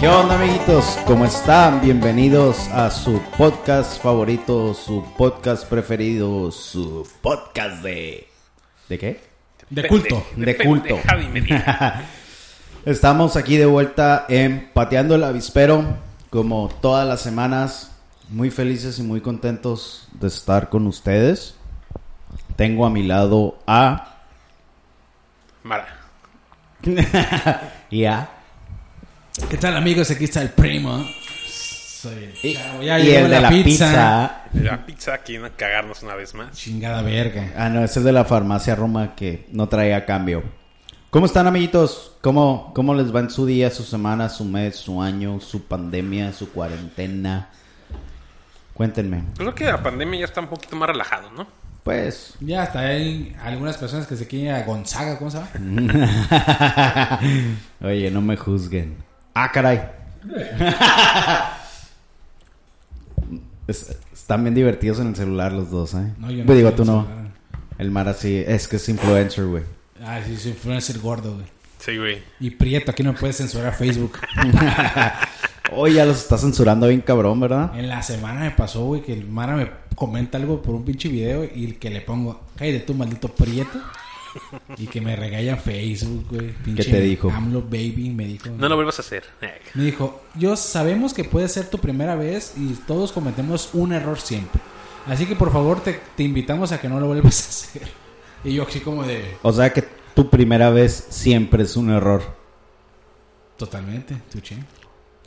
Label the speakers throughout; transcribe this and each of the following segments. Speaker 1: ¿Qué onda amiguitos? ¿Cómo están? Bienvenidos a su podcast favorito, su podcast preferido, su podcast de... ¿De qué?
Speaker 2: De culto.
Speaker 1: De culto. Estamos aquí de vuelta en Pateando el Avispero, como todas las semanas, muy felices y muy contentos de estar con ustedes. Tengo a mi lado a...
Speaker 3: Mara.
Speaker 1: y a...
Speaker 2: ¿Qué tal amigos? Aquí está el primo. Soy el
Speaker 1: Y,
Speaker 2: chavo. Ya
Speaker 1: y
Speaker 2: llegó
Speaker 1: el de la pizza.
Speaker 3: La pizza aquí no cagarnos una vez más.
Speaker 2: Chingada verga.
Speaker 1: Ah, no, ese es de la farmacia Roma que no traía cambio. ¿Cómo están, amiguitos? ¿Cómo, ¿Cómo les va en su día, su semana, su mes, su año, su pandemia, su cuarentena? Cuéntenme.
Speaker 3: Pues Creo que la pandemia ya está un poquito más relajado, ¿no?
Speaker 1: Pues.
Speaker 2: Ya hasta hay algunas personas que se quieren ir a Gonzaga, ¿cómo se llama?
Speaker 1: Oye, no me juzguen. Ah, caray. Es- están bien divertidos en el celular los dos, ¿eh?
Speaker 2: No, yo no
Speaker 1: Pues digo,
Speaker 2: quiero
Speaker 1: tú no.
Speaker 2: celular.
Speaker 1: El mar así. Es que es influencer, güey.
Speaker 2: Ah, sí, sí, fue ser gordo, güey.
Speaker 3: Sí, güey.
Speaker 2: Y Prieto, aquí no me puedes censurar Facebook.
Speaker 1: Oye, ya los está censurando bien cabrón, ¿verdad?
Speaker 2: en la semana me pasó, güey, que el Mara me comenta algo por un pinche video y que le pongo, cállate tú, maldito Prieto. Y que me regaña Facebook, güey. Pinche
Speaker 1: te dijo?
Speaker 2: AMLO Baby me dijo.
Speaker 3: No lo vuelvas a hacer. Eh,
Speaker 2: Me dijo, yo sabemos que puede ser tu primera vez y todos cometemos un error siempre. Así que por favor te, te invitamos a que no lo vuelvas a hacer. Y yo así como de...
Speaker 1: O sea que tu primera vez siempre es un error.
Speaker 2: Totalmente, tuche.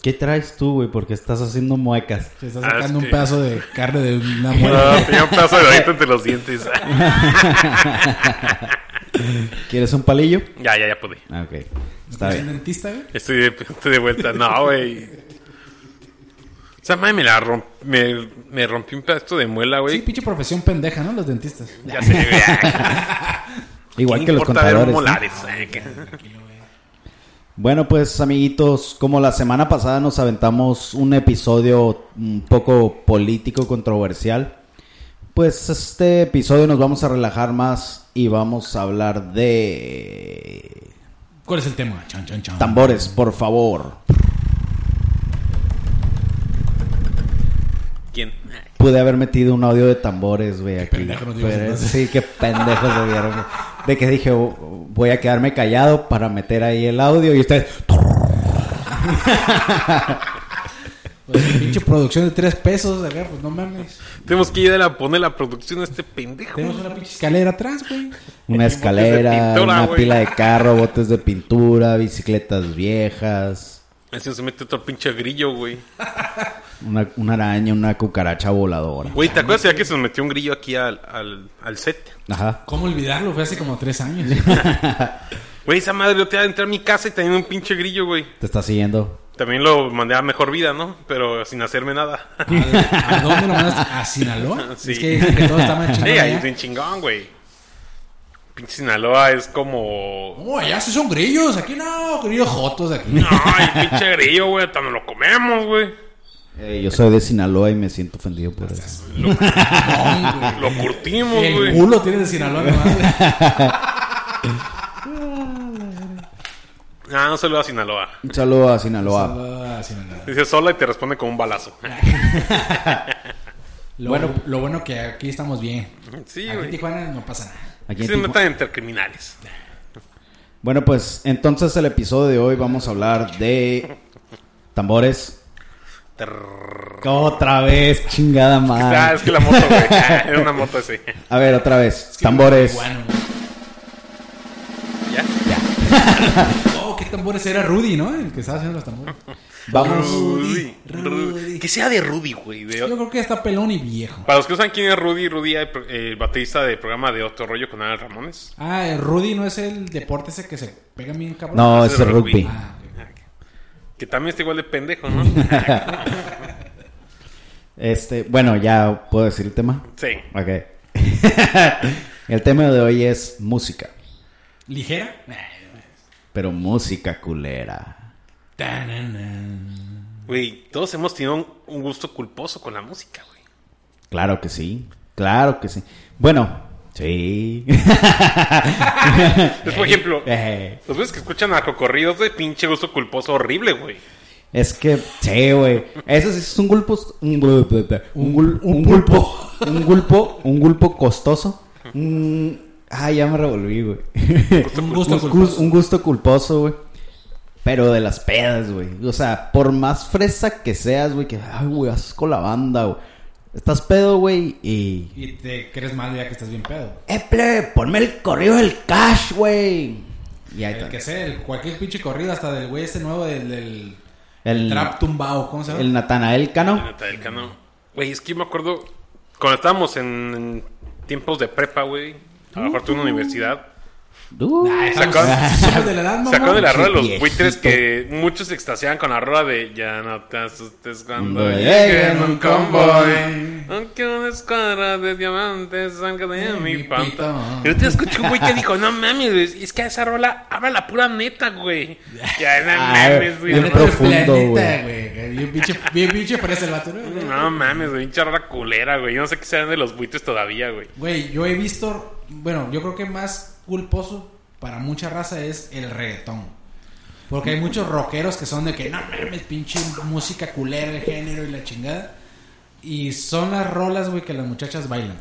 Speaker 1: ¿Qué traes tú, güey? Porque estás haciendo muecas.
Speaker 2: Se está
Speaker 3: Ah, es
Speaker 2: sacando un
Speaker 3: que-
Speaker 2: pedazo de carne de una muela.
Speaker 3: No, tenía Ah, pues un pedazo de ahorita entre los dientes.
Speaker 1: ¿Quieres un palillo?
Speaker 3: ya, ya, ya pude.
Speaker 1: Ah, ok. Está
Speaker 2: un
Speaker 1: bien.
Speaker 2: dentista, güey?
Speaker 3: Estoy de, estoy de vuelta. No, güey. O sea, madre, me la romp- me, me rompí un pedazo de muela,
Speaker 2: Sí,
Speaker 3: güey.
Speaker 2: pinche profesión pendeja, ¿no? Los dentistas.
Speaker 3: ya sé, güey.
Speaker 1: Igual
Speaker 3: ¿Qué
Speaker 1: que los
Speaker 3: importa ver
Speaker 1: contadores. ¿no?
Speaker 3: molares? Eh, que-
Speaker 1: Bueno, pues amiguitos, como la semana pasada nos aventamos un episodio un poco político, controversial, pues este episodio nos vamos a relajar más y vamos a hablar de
Speaker 2: ¿Cuál es el tema? Chan, chan, chan.
Speaker 1: tambores, por favor.
Speaker 3: ¿Quién? Eh,
Speaker 1: Pude haber metido un audio de tambores, güey, aquí.
Speaker 2: pendejo nos dimos
Speaker 1: Pero,
Speaker 2: entonces.
Speaker 1: sí, qué pendejo se vieron. güey. De que dije, "Oh, oh, voy a quedarme callado para meter ahí el audio y ustedes...
Speaker 2: Pues, pinche producción de tres pesos, acá, pues no mames.
Speaker 3: Tenemos que ir a la, poner la producción a este pendejo.
Speaker 2: Tenemos una pinche escalera atrás, güey.
Speaker 1: Una escalera,
Speaker 3: pintura,
Speaker 1: una
Speaker 3: güey.
Speaker 1: pila de carro, botes de pintura, bicicletas viejas,
Speaker 3: Así se mete otro pinche grillo, güey.
Speaker 1: una, una araña, una cucaracha voladora.
Speaker 3: Güey, ¿te acuerdas ya que se nos metió un grillo aquí al, al, al set?
Speaker 1: Ajá.
Speaker 2: ¿Cómo olvidarlo? Fue hace como tres años.
Speaker 3: Güey, esa madre, yo te iba a entrar a mi casa y tenía un pinche grillo, güey.
Speaker 1: Te está siguiendo.
Speaker 3: También lo mandé a mejor vida, ¿no? Pero sin hacerme nada.
Speaker 2: ¿A dónde lo mandas? ¿A Sinaloa?
Speaker 3: Sí.
Speaker 2: Es que dicen que todo está más
Speaker 3: Sí, ahí es
Speaker 2: chingado.
Speaker 3: bien chingón, güey. Pinche Sinaloa es como.
Speaker 2: No, allá sí son grillos. Aquí no, grillos jotos aquí.
Speaker 3: Ay, pinche grillo, güey. Hasta nos lo comemos, güey.
Speaker 1: Eh, yo soy de Sinaloa y me siento ofendido por eso.
Speaker 3: Lo curtimos,
Speaker 2: El
Speaker 3: güey.
Speaker 2: culo tiene de Sinaloa nomás. güey.
Speaker 3: Ah, no saludo a Sinaloa.
Speaker 1: Un saludo a Sinaloa.
Speaker 2: Ah, Sinaloa.
Speaker 3: Dice sola y te responde con un balazo.
Speaker 2: Lo,
Speaker 1: Bueno.
Speaker 2: bueno, lo bueno que aquí estamos bien.
Speaker 3: Sí,
Speaker 2: aquí en
Speaker 3: güey.
Speaker 2: Tijuana no pasa nada.
Speaker 1: Aquí
Speaker 3: Sí
Speaker 1: en
Speaker 3: se
Speaker 1: Tijuana.
Speaker 3: metan entre criminales.
Speaker 1: Bueno, pues entonces el episodio de hoy vamos a hablar de tambores. Ah,
Speaker 3: Trrr.
Speaker 1: Otra vez, chingada
Speaker 3: Ah,
Speaker 1: madre.
Speaker 3: es que la moto, güey. Ah, Era una moto así.
Speaker 1: A ver, otra vez. Tambores.
Speaker 2: Bueno,
Speaker 3: Ya.
Speaker 2: oh, ¿qué tambores era Rudy, ¿no? El que estaba haciendo los tambores.
Speaker 1: Vamos.
Speaker 3: Rudy,
Speaker 2: Rudy,
Speaker 3: Rudy.
Speaker 2: Rudy.
Speaker 3: Que sea de Rudy, güey. de-
Speaker 2: Yo creo que está pelón y viejo.
Speaker 3: Para los que no saben quién es Rudy, Rudy es el baterista del programa de Otro Rollo con Alan Ramones.
Speaker 2: Ah, el Rudy no es el deporte ese que se pega bien cabrón.
Speaker 1: No,
Speaker 3: Ese
Speaker 1: es el rugby.
Speaker 2: Ah, ok.
Speaker 3: Que también está igual de pendejo, ¿no?
Speaker 1: Este, bueno, ya puedo decir el tema.
Speaker 3: sí.
Speaker 1: Ok. el tema de hoy es música,
Speaker 2: ¿Ligera? Nah.
Speaker 1: pero música culera.
Speaker 2: Tanana.
Speaker 3: Güey, todos hemos tenido un, un gusto culposo con la música, güey.
Speaker 1: Claro que sí, claro que sí. Bueno, sí.
Speaker 3: Entonces, por ejemplo,
Speaker 1: Eh,
Speaker 3: los güeyes que escuchan narcocorridos de pinche gusto culposo horrible, güey.
Speaker 1: es que, sí, güey. Eso sí es un gulpo. Un, gul- un, gul- un gulpo. Un gulpo. Un gulpo costoso. Un- ah, ya me revolví, güey.
Speaker 2: Un gusto
Speaker 1: un,
Speaker 2: culposo.
Speaker 1: gus- un gusto culposo, güey. Pero de las pedas, güey. O sea, por más fresa que seas, güey, que, ay, güey, asco la banda, güey. Estás pedo, güey, y.
Speaker 2: Y te crees mal ya que estás bien pedo.
Speaker 1: ¡Eple! ¡Ponme el corrido del cash, güey! Y ahí
Speaker 2: El
Speaker 1: está.
Speaker 2: que sea, el- cualquier pinche corrido, hasta del güey este nuevo del, del
Speaker 1: El,
Speaker 2: trap tumbao, ¿cómo se llama?
Speaker 1: el Natanael
Speaker 3: La
Speaker 1: Cano.
Speaker 3: neta del cano. Güey, es que yo me acuerdo cuando estábamos en, en tiempos de prepa, güey. A lo mejor tú en la universidad.
Speaker 1: Uh,
Speaker 2: Ah, estamos-
Speaker 3: sacó-
Speaker 2: somos de la edad, mamá.
Speaker 3: Se acuerdan de la rola de los
Speaker 1: viejito.
Speaker 3: buitres que muchos se extasiaban con la rola de Ya no te asustes cuando
Speaker 1: Cuando
Speaker 3: llegue
Speaker 1: llegue
Speaker 3: un
Speaker 2: un
Speaker 3: convoy
Speaker 2: convoy.
Speaker 3: Aunque una escuadra de diamantes salga de
Speaker 2: De
Speaker 3: mi
Speaker 2: mi
Speaker 3: pantalón
Speaker 2: pito.
Speaker 3: Yo te escuché un güey que dijo No mames, güey, es que a esa rola habla la pura neta, güey Ya no
Speaker 1: Ay,
Speaker 3: mames, güey
Speaker 1: bien
Speaker 3: no-
Speaker 1: profundo. güey.
Speaker 2: Bien pinche, bien pinche fresa el vato, ¿no?
Speaker 3: No mames, güey, pinche rola culera, güey Yo no sé qué sean de los buitres todavía, güey
Speaker 2: Güey, yo he visto, bueno, yo creo que más culposo para mucha raza es el reggaetón. Porque hay muchos rockeros que son de que no mames, pinche música culera, el género y la chingada. Y son las rolas, güey, que las muchachas bailan.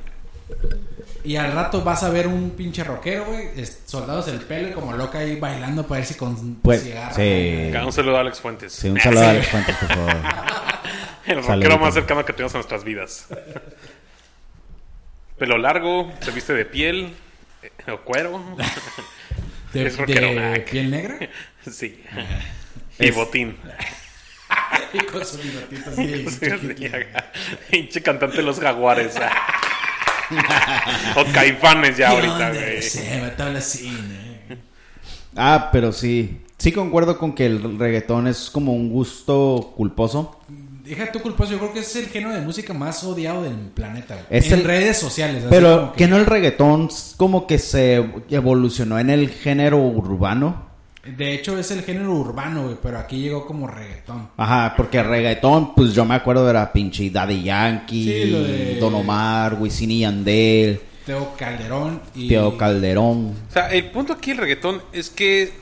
Speaker 2: Y al rato vas a ver un pinche rockero, güey, es- soldados del pelo y como loca ahí bailando para ver si con
Speaker 1: Pues,
Speaker 2: si agarra.
Speaker 1: sí.
Speaker 3: Un saludo a Alex Fuentes
Speaker 1: Sí, un saludo a Alex Fuentes, por favor.
Speaker 3: El rockero
Speaker 1: Saludito.
Speaker 3: más cercano que tenemos a nuestras vidas. Pelo largo, se viste de piel eh, o cuero.
Speaker 2: De,
Speaker 3: Es rockero,
Speaker 2: de
Speaker 3: ah.
Speaker 2: piel negra.
Speaker 3: Sí. Y botín.
Speaker 2: Y con su bigotito así.
Speaker 3: Pinche cantante de los jaguares. ah. o caifanes ya ahorita, güey.
Speaker 2: Se va a así, ¿no?
Speaker 1: Ah, pero sí. Sí concuerdo con que el reggaetón es como un gusto culposo.
Speaker 2: Deja tu culposo, yo creo que es el género de música más odiado del planeta. güey.
Speaker 1: Es
Speaker 2: en
Speaker 1: el-
Speaker 2: redes sociales. así
Speaker 1: Pero
Speaker 2: como
Speaker 1: que no el reggaetón s- como que se evolucionó en el género urbano.
Speaker 2: De hecho, es el género urbano, güey, pero aquí llegó como reggaetón.
Speaker 1: Ajá, porque reggaetón, pues yo me acuerdo era pinche Daddy Yankee,
Speaker 2: Sí, lo de-
Speaker 1: Don Omar, Wisin y Yandel,
Speaker 2: Teo Calderón y.
Speaker 1: Teo Calderón.
Speaker 3: O sea, el punto aquí del reggaetón es que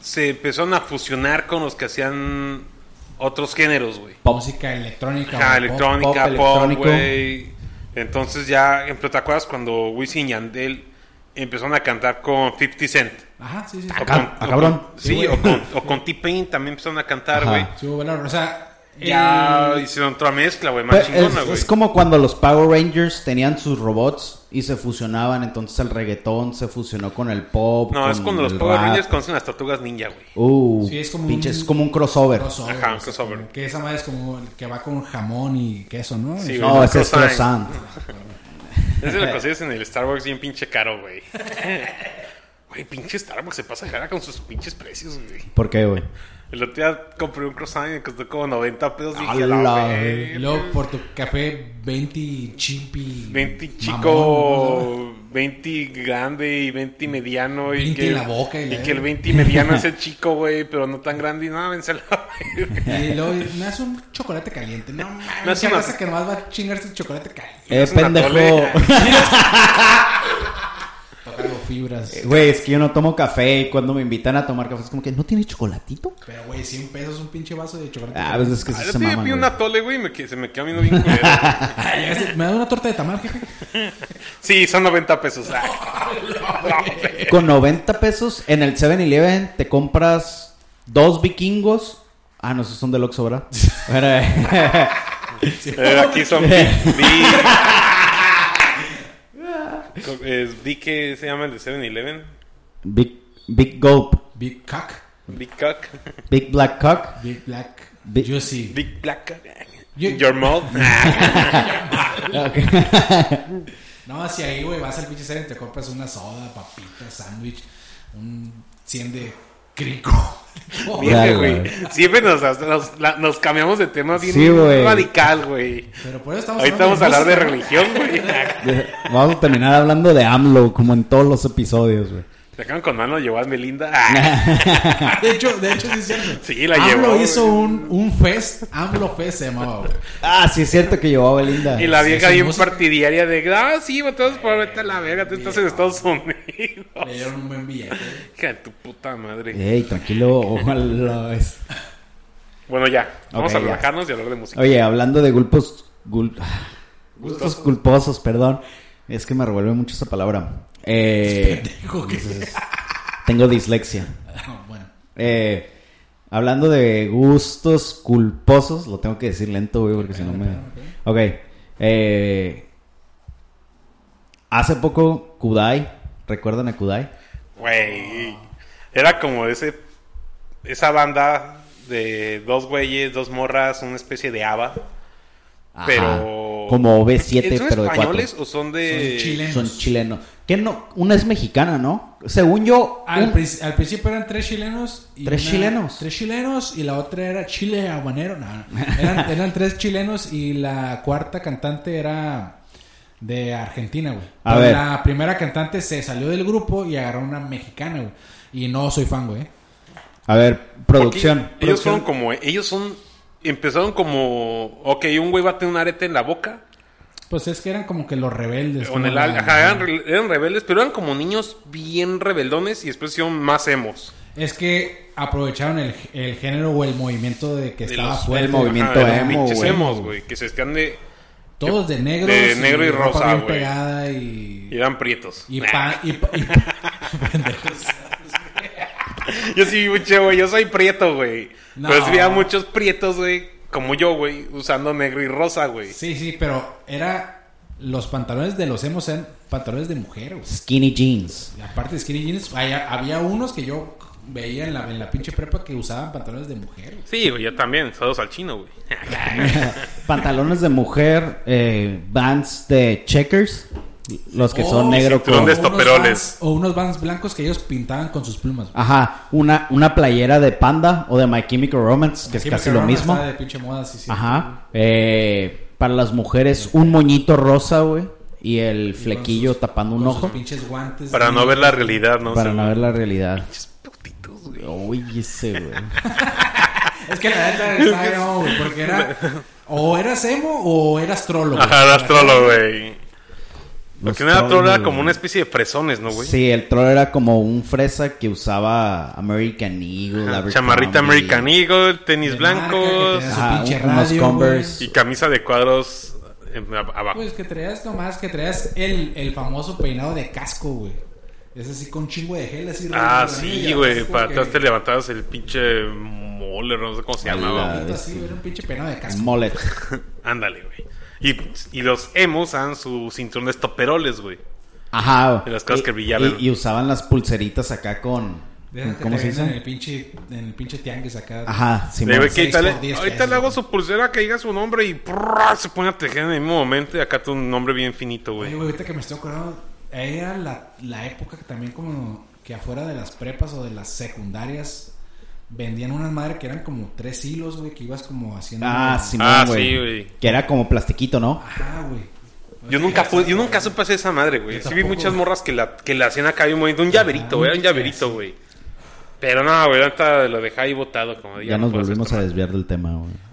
Speaker 3: se empezaron a fusionar con los que hacían otros géneros, güey.
Speaker 2: Música electrónica.
Speaker 3: Ajá,
Speaker 2: o
Speaker 3: electrónica,
Speaker 1: pop,
Speaker 3: pop,
Speaker 1: electrónico.
Speaker 3: güey. Entonces ya, ejemplo, ¿te acuerdas cuando Wisin y Yandel empezaron a cantar con 50 Cent?
Speaker 2: pop. Ajá, sí, sí.
Speaker 1: Ah, ca- ah, cabrón.
Speaker 3: Sí,
Speaker 2: Sí,
Speaker 3: o
Speaker 2: güey.
Speaker 3: con, o con T-Pain también empezaron a cantar,
Speaker 1: Ajá.
Speaker 3: güey.
Speaker 2: Sí, hubo valor, O sea,
Speaker 3: Ya
Speaker 2: el-
Speaker 3: hicieron otra mezcla, güey, más
Speaker 1: Pues,
Speaker 3: chingona,
Speaker 1: es,
Speaker 3: güey.
Speaker 1: es como cuando los Power Rangers tenían sus robots y se fusionaban, entonces el reggaetón se fusionó con el pop.
Speaker 3: No,
Speaker 1: con
Speaker 3: es cuando los
Speaker 1: el
Speaker 3: Power
Speaker 1: rap.
Speaker 3: Rangers conocen las tortugas ninja, güey.
Speaker 1: Uh,
Speaker 2: Sí, es como
Speaker 1: pinche,
Speaker 2: un-
Speaker 1: es como un crossover.
Speaker 2: crossover, o
Speaker 3: Ajá,
Speaker 2: sea,
Speaker 3: crossover.
Speaker 2: como Que esa madre es como el que va con jamón y queso, ¿no?
Speaker 3: Sí,
Speaker 1: No,
Speaker 3: un
Speaker 1: ese es
Speaker 3: croissant.
Speaker 1: croissant.
Speaker 3: Ese lo consigues en el Starbucks bien pinche caro, güey. Güey, pinche Starbucks se pasa cara con sus pinches precios, güey.
Speaker 1: ¿Por qué, güey?
Speaker 3: El otro día compré un croissant y me costó como 90 pesos. Dije,
Speaker 1: ¡Ala,
Speaker 3: la
Speaker 1: güey!
Speaker 3: verga".
Speaker 2: Y luego por tu café 20 chimpi.
Speaker 3: 20
Speaker 2: mamón, ¿no?
Speaker 3: chico, 20 grande y 20 mediano. Y
Speaker 2: 20
Speaker 3: que,
Speaker 2: en la boca y la-
Speaker 3: que el 20 mediano es el chico, güey, pero no tan grande. Y nada, vénsela, güey.
Speaker 2: Y luego me hace un chocolate caliente. No mames,
Speaker 3: Me hace
Speaker 2: ¿qué
Speaker 3: una-
Speaker 2: pasa que nomás va a chingarse el chocolate caliente.
Speaker 1: Eh,
Speaker 3: Es una
Speaker 1: pendejo.
Speaker 3: tole.
Speaker 2: Tocando fibras.
Speaker 3: Eh.
Speaker 1: Güey, es que yo no tomo café y cuando me invitan a tomar café es como que, ¿no tiene chocolatito?
Speaker 2: Pero, güey, 100 pesos un pinche vaso de chocolate
Speaker 1: Ah, pues
Speaker 2: caliente.
Speaker 1: es que sí
Speaker 3: Al
Speaker 1: se
Speaker 3: otro día
Speaker 1: maman,
Speaker 3: vi
Speaker 1: güey.
Speaker 3: una tole, güey, y me que- se me quedó viendo bien culero. güey.
Speaker 2: Ay, ya sé, ¿Me da una torta de tamal, jefe?
Speaker 3: Sí, son 90 pesos. Ah,
Speaker 1: Con 90 pesos en el 7-Eleven te compras dos vikingos. Ah, no, esos son del Oxxo, ¿verdad? Pero, eh,
Speaker 3: eh, aquí son Big- Big- Co- Es Big que se llama el de 7-Eleven.
Speaker 1: Big, Big Gulp.
Speaker 2: Big Cock.
Speaker 3: Big cock.
Speaker 1: Big Black Cock.
Speaker 2: Big Black.
Speaker 1: Big-
Speaker 2: Juicy.
Speaker 3: Big black cock.
Speaker 2: Yo-
Speaker 3: Your mouth. Ah,
Speaker 2: No, si ahí, güey, vas al pinche seven, te compras una soda, papitas, sándwich, un 100 de crico. Oh,
Speaker 3: Mierda,
Speaker 1: Claro,
Speaker 3: güey.
Speaker 1: güey.
Speaker 3: Siempre nos, nos, la- nos cambiamos de tema bien
Speaker 1: Sí, güey.
Speaker 3: radical, güey.
Speaker 2: Pero por eso estamos
Speaker 3: Ahorita vamos a hablar de
Speaker 2: música.
Speaker 3: religión, güey. Ah,
Speaker 1: Vamos a terminar hablando de AMLO, como en todos los episodios, güey.
Speaker 3: Te acaban con mano llevó a Melinda. Ah,
Speaker 2: De hecho, de hecho, sí es cierto.
Speaker 3: Sí, la
Speaker 2: AMLO
Speaker 3: llevó,
Speaker 2: ah, hizo
Speaker 3: güey.
Speaker 2: un, un fest, AMLO Fest se llamaba, güey.
Speaker 1: Ah, sí es cierto que llevó a Belinda.
Speaker 3: Y la
Speaker 2: Sí,
Speaker 3: vieja
Speaker 2: sí,
Speaker 3: bien
Speaker 2: música.
Speaker 3: partidaria de, ah, sí, votados por vete a la verga, tú estás en Estados Unidos.
Speaker 2: Le dieron un buen billete.
Speaker 3: Hija de tu puta madre.
Speaker 1: Ey, tranquilo, ojalá. es-
Speaker 3: Bueno, ya. Vamos
Speaker 1: Ok,
Speaker 3: a
Speaker 1: ya.
Speaker 3: relajarnos y hablar de música.
Speaker 1: Oye, hablando de gulpos... gul- Gustos culposos, perdón. Es que me revuelve mucho esa palabra. Eh,
Speaker 2: Dijo que.
Speaker 1: tengo dislexia.
Speaker 2: No, bueno.
Speaker 1: Eh, hablando de gustos culposos, lo tengo que decir lento, güey, porque si no me... Ok. eh, hace poco, Kudai, ¿recuerdan a Kudai?
Speaker 3: Güey. Era como ese. Esa banda de dos güeyes, dos morras, una especie de ABBA.
Speaker 1: Ajá.
Speaker 3: Pero.
Speaker 1: Como B7,
Speaker 3: ¿Son
Speaker 1: pero de cuatro.
Speaker 3: españoles o son de.
Speaker 2: Son chilenos.
Speaker 1: Son chilenos. ¿Qué no? Una es mexicana, ¿no? Según yo...
Speaker 2: Al,
Speaker 1: un-
Speaker 2: prin- al principio eran tres chilenos. Y
Speaker 1: ¿Tres chilenos?
Speaker 2: Tres chilenos y la otra era Chile Habanero. No, no. Eran, eran tres chilenos y la cuarta cantante era de Argentina, güey.
Speaker 1: A
Speaker 2: Pero
Speaker 1: ver.
Speaker 2: La primera cantante se salió del grupo y agarró una mexicana, güey. Y no soy fan, güey.
Speaker 1: A ver,
Speaker 3: Porque
Speaker 1: producción.
Speaker 3: Ellos
Speaker 1: producción.
Speaker 3: fueron como. Ellos son. Empezaron como. Ok, un güey va a tener un arete en la boca.
Speaker 2: Pues es que eran como que los rebeldes.
Speaker 3: Con
Speaker 2: ¿no?
Speaker 3: el,
Speaker 2: La-
Speaker 3: al- ajá, eran, re- eran rebeldes, pero eran como niños bien rebeldones y después hicieron más emos.
Speaker 2: Es que aprovecharon el, el género o el movimiento de que
Speaker 3: De
Speaker 2: estaba
Speaker 3: los-
Speaker 2: fuerte.
Speaker 1: el movimiento.
Speaker 3: Ajá, eran
Speaker 1: emo,
Speaker 3: pinches
Speaker 1: güey.
Speaker 3: emos, güey. Que se estean de.
Speaker 2: Todos de negro.
Speaker 3: De negro y rosa, güey.
Speaker 2: pegada y...
Speaker 3: Y eran prietos.
Speaker 2: Y
Speaker 3: Nah.
Speaker 2: pa- y pa- y pa- pendejos.
Speaker 3: Yo sí, mucho, güey. Yo soy prieto, güey.
Speaker 2: No.
Speaker 3: Pues vi a muchos prietos, güey. Como yo, güey. Usando negro y rosa, güey.
Speaker 2: Sí, sí, pero era. Los pantalones de los emos eran pantalones de mujer, güey.
Speaker 1: Skinny jeans.
Speaker 2: Y aparte de skinny jeans, hay- había unos que yo veía en la, en la pinche prepa que usaban pantalones de mujer. güey.
Speaker 3: Sí, güey. Yo también. Saludos al chino, güey.
Speaker 1: Pantalones de mujer, eh, bands de checkers, los que
Speaker 2: Oh, O
Speaker 1: son negro
Speaker 3: cinturón
Speaker 1: con...
Speaker 3: Oh, de
Speaker 2: unos
Speaker 3: estoperoles.
Speaker 2: Vans- O unos vans blancos que ellos pintaban con sus plumas.
Speaker 1: Ah,
Speaker 2: güey.
Speaker 1: Ajá, una, una playera de Panda o de My Chemical Romance, que es
Speaker 2: Aquí
Speaker 1: casi
Speaker 2: me
Speaker 1: lo
Speaker 2: quedaron
Speaker 1: mismo.
Speaker 2: hasta De pinche moda, sí, sí.
Speaker 1: Ajá. eh, para las mujeres, un moñito rosa, güey, y el
Speaker 2: Y con
Speaker 1: flequillo
Speaker 2: sus-
Speaker 1: tapando un
Speaker 2: con sus
Speaker 1: ojo
Speaker 2: pinches guantes.
Speaker 3: Para no ver la realidad, ¿no?
Speaker 1: para
Speaker 3: O sea,
Speaker 1: no ver la realidad.
Speaker 3: pinches putitos, güey.
Speaker 1: Oye, ese, güey.
Speaker 2: Es que la neta estaba no, güey, porque era. O eras emo o eras trolo. güey.
Speaker 3: Ajá, era trolo, güey. Lo
Speaker 1: Los
Speaker 3: que no era trolo
Speaker 1: trolls,
Speaker 3: era
Speaker 1: güey.
Speaker 3: como una especie de fresones, ¿no, güey?
Speaker 1: Sí, el troll era como un fresa que usaba American Eagle. Abercrombie.
Speaker 3: Chamarrita American Eagle, tenis
Speaker 2: De marca,
Speaker 3: blancos
Speaker 2: que tenía su
Speaker 1: Ajá,
Speaker 2: pinche
Speaker 1: unos
Speaker 2: radio,
Speaker 1: Converse.
Speaker 3: y camisa de cuadros eh, ab- abajo.
Speaker 2: Pues que traías nomás, que traías el, el famoso peinado de casco, güey. Es así con chingo de gel, así.
Speaker 3: ah,
Speaker 2: raro,
Speaker 3: sí,
Speaker 2: güey,
Speaker 3: güey.
Speaker 2: así como
Speaker 3: Para este
Speaker 2: que-
Speaker 3: atrás te levantabas el pinche moler, no sé cómo se
Speaker 1: Ahí
Speaker 3: llamaba.
Speaker 1: la-
Speaker 2: Así, era un pinche peinado de casco.
Speaker 1: Mullet.
Speaker 3: Ándale, güey. Y, y los emos usaban su cinturón de estoperoles, güey.
Speaker 1: Ajá.
Speaker 3: Y las cosas
Speaker 1: y-
Speaker 3: que brillaban.
Speaker 1: Y, y usaban las pulseritas acá con.
Speaker 2: De esas que
Speaker 1: ¿Cómo
Speaker 2: te
Speaker 1: se
Speaker 2: venden En el
Speaker 1: dice?
Speaker 2: pinche, en el pinche tianguis acá.
Speaker 1: Ajá, sí,
Speaker 3: Le ve que
Speaker 2: seis
Speaker 3: ahorita,
Speaker 2: por
Speaker 3: le,
Speaker 2: diez
Speaker 3: ahorita
Speaker 2: pesos,
Speaker 3: le hago
Speaker 2: güey.
Speaker 3: su pulsera que diga su nombre y prrr, se pone a tejer en el mismo momento. Y acá tu nombre bien finito,
Speaker 2: Oye,
Speaker 3: güey.
Speaker 2: güey, ahorita que me estoy acordando, era la, la época que también como que afuera de las prepas o de las secundarias vendían unas madres que eran como tres hilos, güey, que ibas como haciendo.
Speaker 1: Ah, Simón,
Speaker 3: Ah,
Speaker 1: güey.
Speaker 3: sí, güey. Ah,
Speaker 1: Que era como plastiquito, ¿no?
Speaker 2: Ajá, güey.
Speaker 3: Yo nunca fui, yo nunca supe hacer esa madre, güey.
Speaker 2: Yo
Speaker 3: Sí vi
Speaker 2: tampoco,
Speaker 3: muchas
Speaker 2: güey.
Speaker 3: morras que la, que la hacían acá bien bonito. Un
Speaker 1: Ah,
Speaker 3: llaverito, güey. era Un llaverito, güey. Pero no, güey. Ahorita lo dejé ahí botado, como digo,
Speaker 1: Ya nos
Speaker 3: pues, no puedo hacer
Speaker 1: volvimos
Speaker 3: esta
Speaker 1: a
Speaker 3: madre.
Speaker 1: desviar del tema, güey.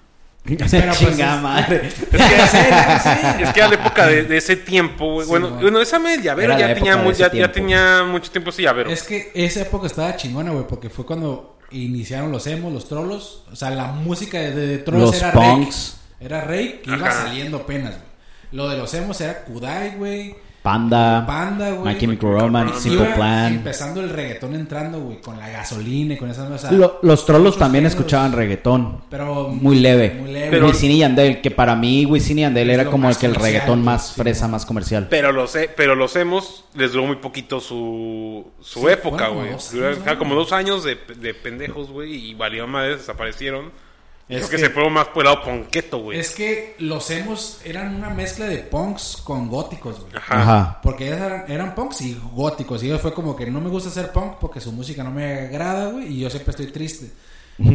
Speaker 2: Espera, pues,
Speaker 1: Chingada madre.
Speaker 3: Es que, es que a la época de, de ese tiempo, güey. bueno,
Speaker 2: güey.
Speaker 3: bueno, esa madre del llavero
Speaker 1: Era la
Speaker 3: ya tenía,
Speaker 1: época de
Speaker 3: mu-
Speaker 1: ese
Speaker 3: ya, ya
Speaker 1: tiempo.
Speaker 3: tenía mucho tiempo ese llavero.
Speaker 2: Es que esa época estaba chingona, güey, porque fue cuando iniciaron los emos, los trolos. O sea, la música de, de, de trolos
Speaker 1: Los
Speaker 2: era
Speaker 1: punks.
Speaker 2: Rake. Era Rake que iba
Speaker 3: Ajá.
Speaker 2: saliendo apenas, güey. Lo de los emos era Kudai, güey.
Speaker 1: Panda,
Speaker 2: Panda, güey.
Speaker 1: My Chemical Romance, Simple
Speaker 2: Iba
Speaker 1: Plan.
Speaker 2: Empezando el reggaetón entrando, güey, con la gasolina y con esas cosas.
Speaker 1: Lo- los trolos
Speaker 2: muchos
Speaker 1: también
Speaker 2: géneros.
Speaker 1: escuchaban reggaetón.
Speaker 2: pero
Speaker 1: Muy leve.
Speaker 2: Muy leve.
Speaker 3: Pero-
Speaker 1: Wisin y Yandel, que para mí Wisin y Yandel
Speaker 2: Es
Speaker 1: era
Speaker 2: lo
Speaker 1: como
Speaker 2: más
Speaker 1: el que el
Speaker 2: comercial,
Speaker 1: reggaetón
Speaker 2: güey,
Speaker 1: más
Speaker 2: sí.
Speaker 1: fresa, más comercial.
Speaker 3: Pero los, he- pero los hemos les duró muy poquito su, su
Speaker 2: Sí,
Speaker 3: época,
Speaker 2: fueron como
Speaker 3: güey.
Speaker 2: dos
Speaker 3: Duró-
Speaker 2: años,
Speaker 3: ajá,
Speaker 2: ¿no?
Speaker 3: como dos años de, de pendejos, güey, y valió madre, desaparecieron.
Speaker 2: Es
Speaker 3: Creo que,
Speaker 2: que-
Speaker 3: se fueron más por el lado ponqueto, güey.
Speaker 2: Es que los emos eran una mezcla de punks con góticos, güey.
Speaker 3: Ajá.
Speaker 1: Ajá.
Speaker 2: Porque ellos eran, eran punks y góticos. Y yo fue como que no me gusta ser punk porque su música no me agrada, güey. Y yo siempre estoy triste.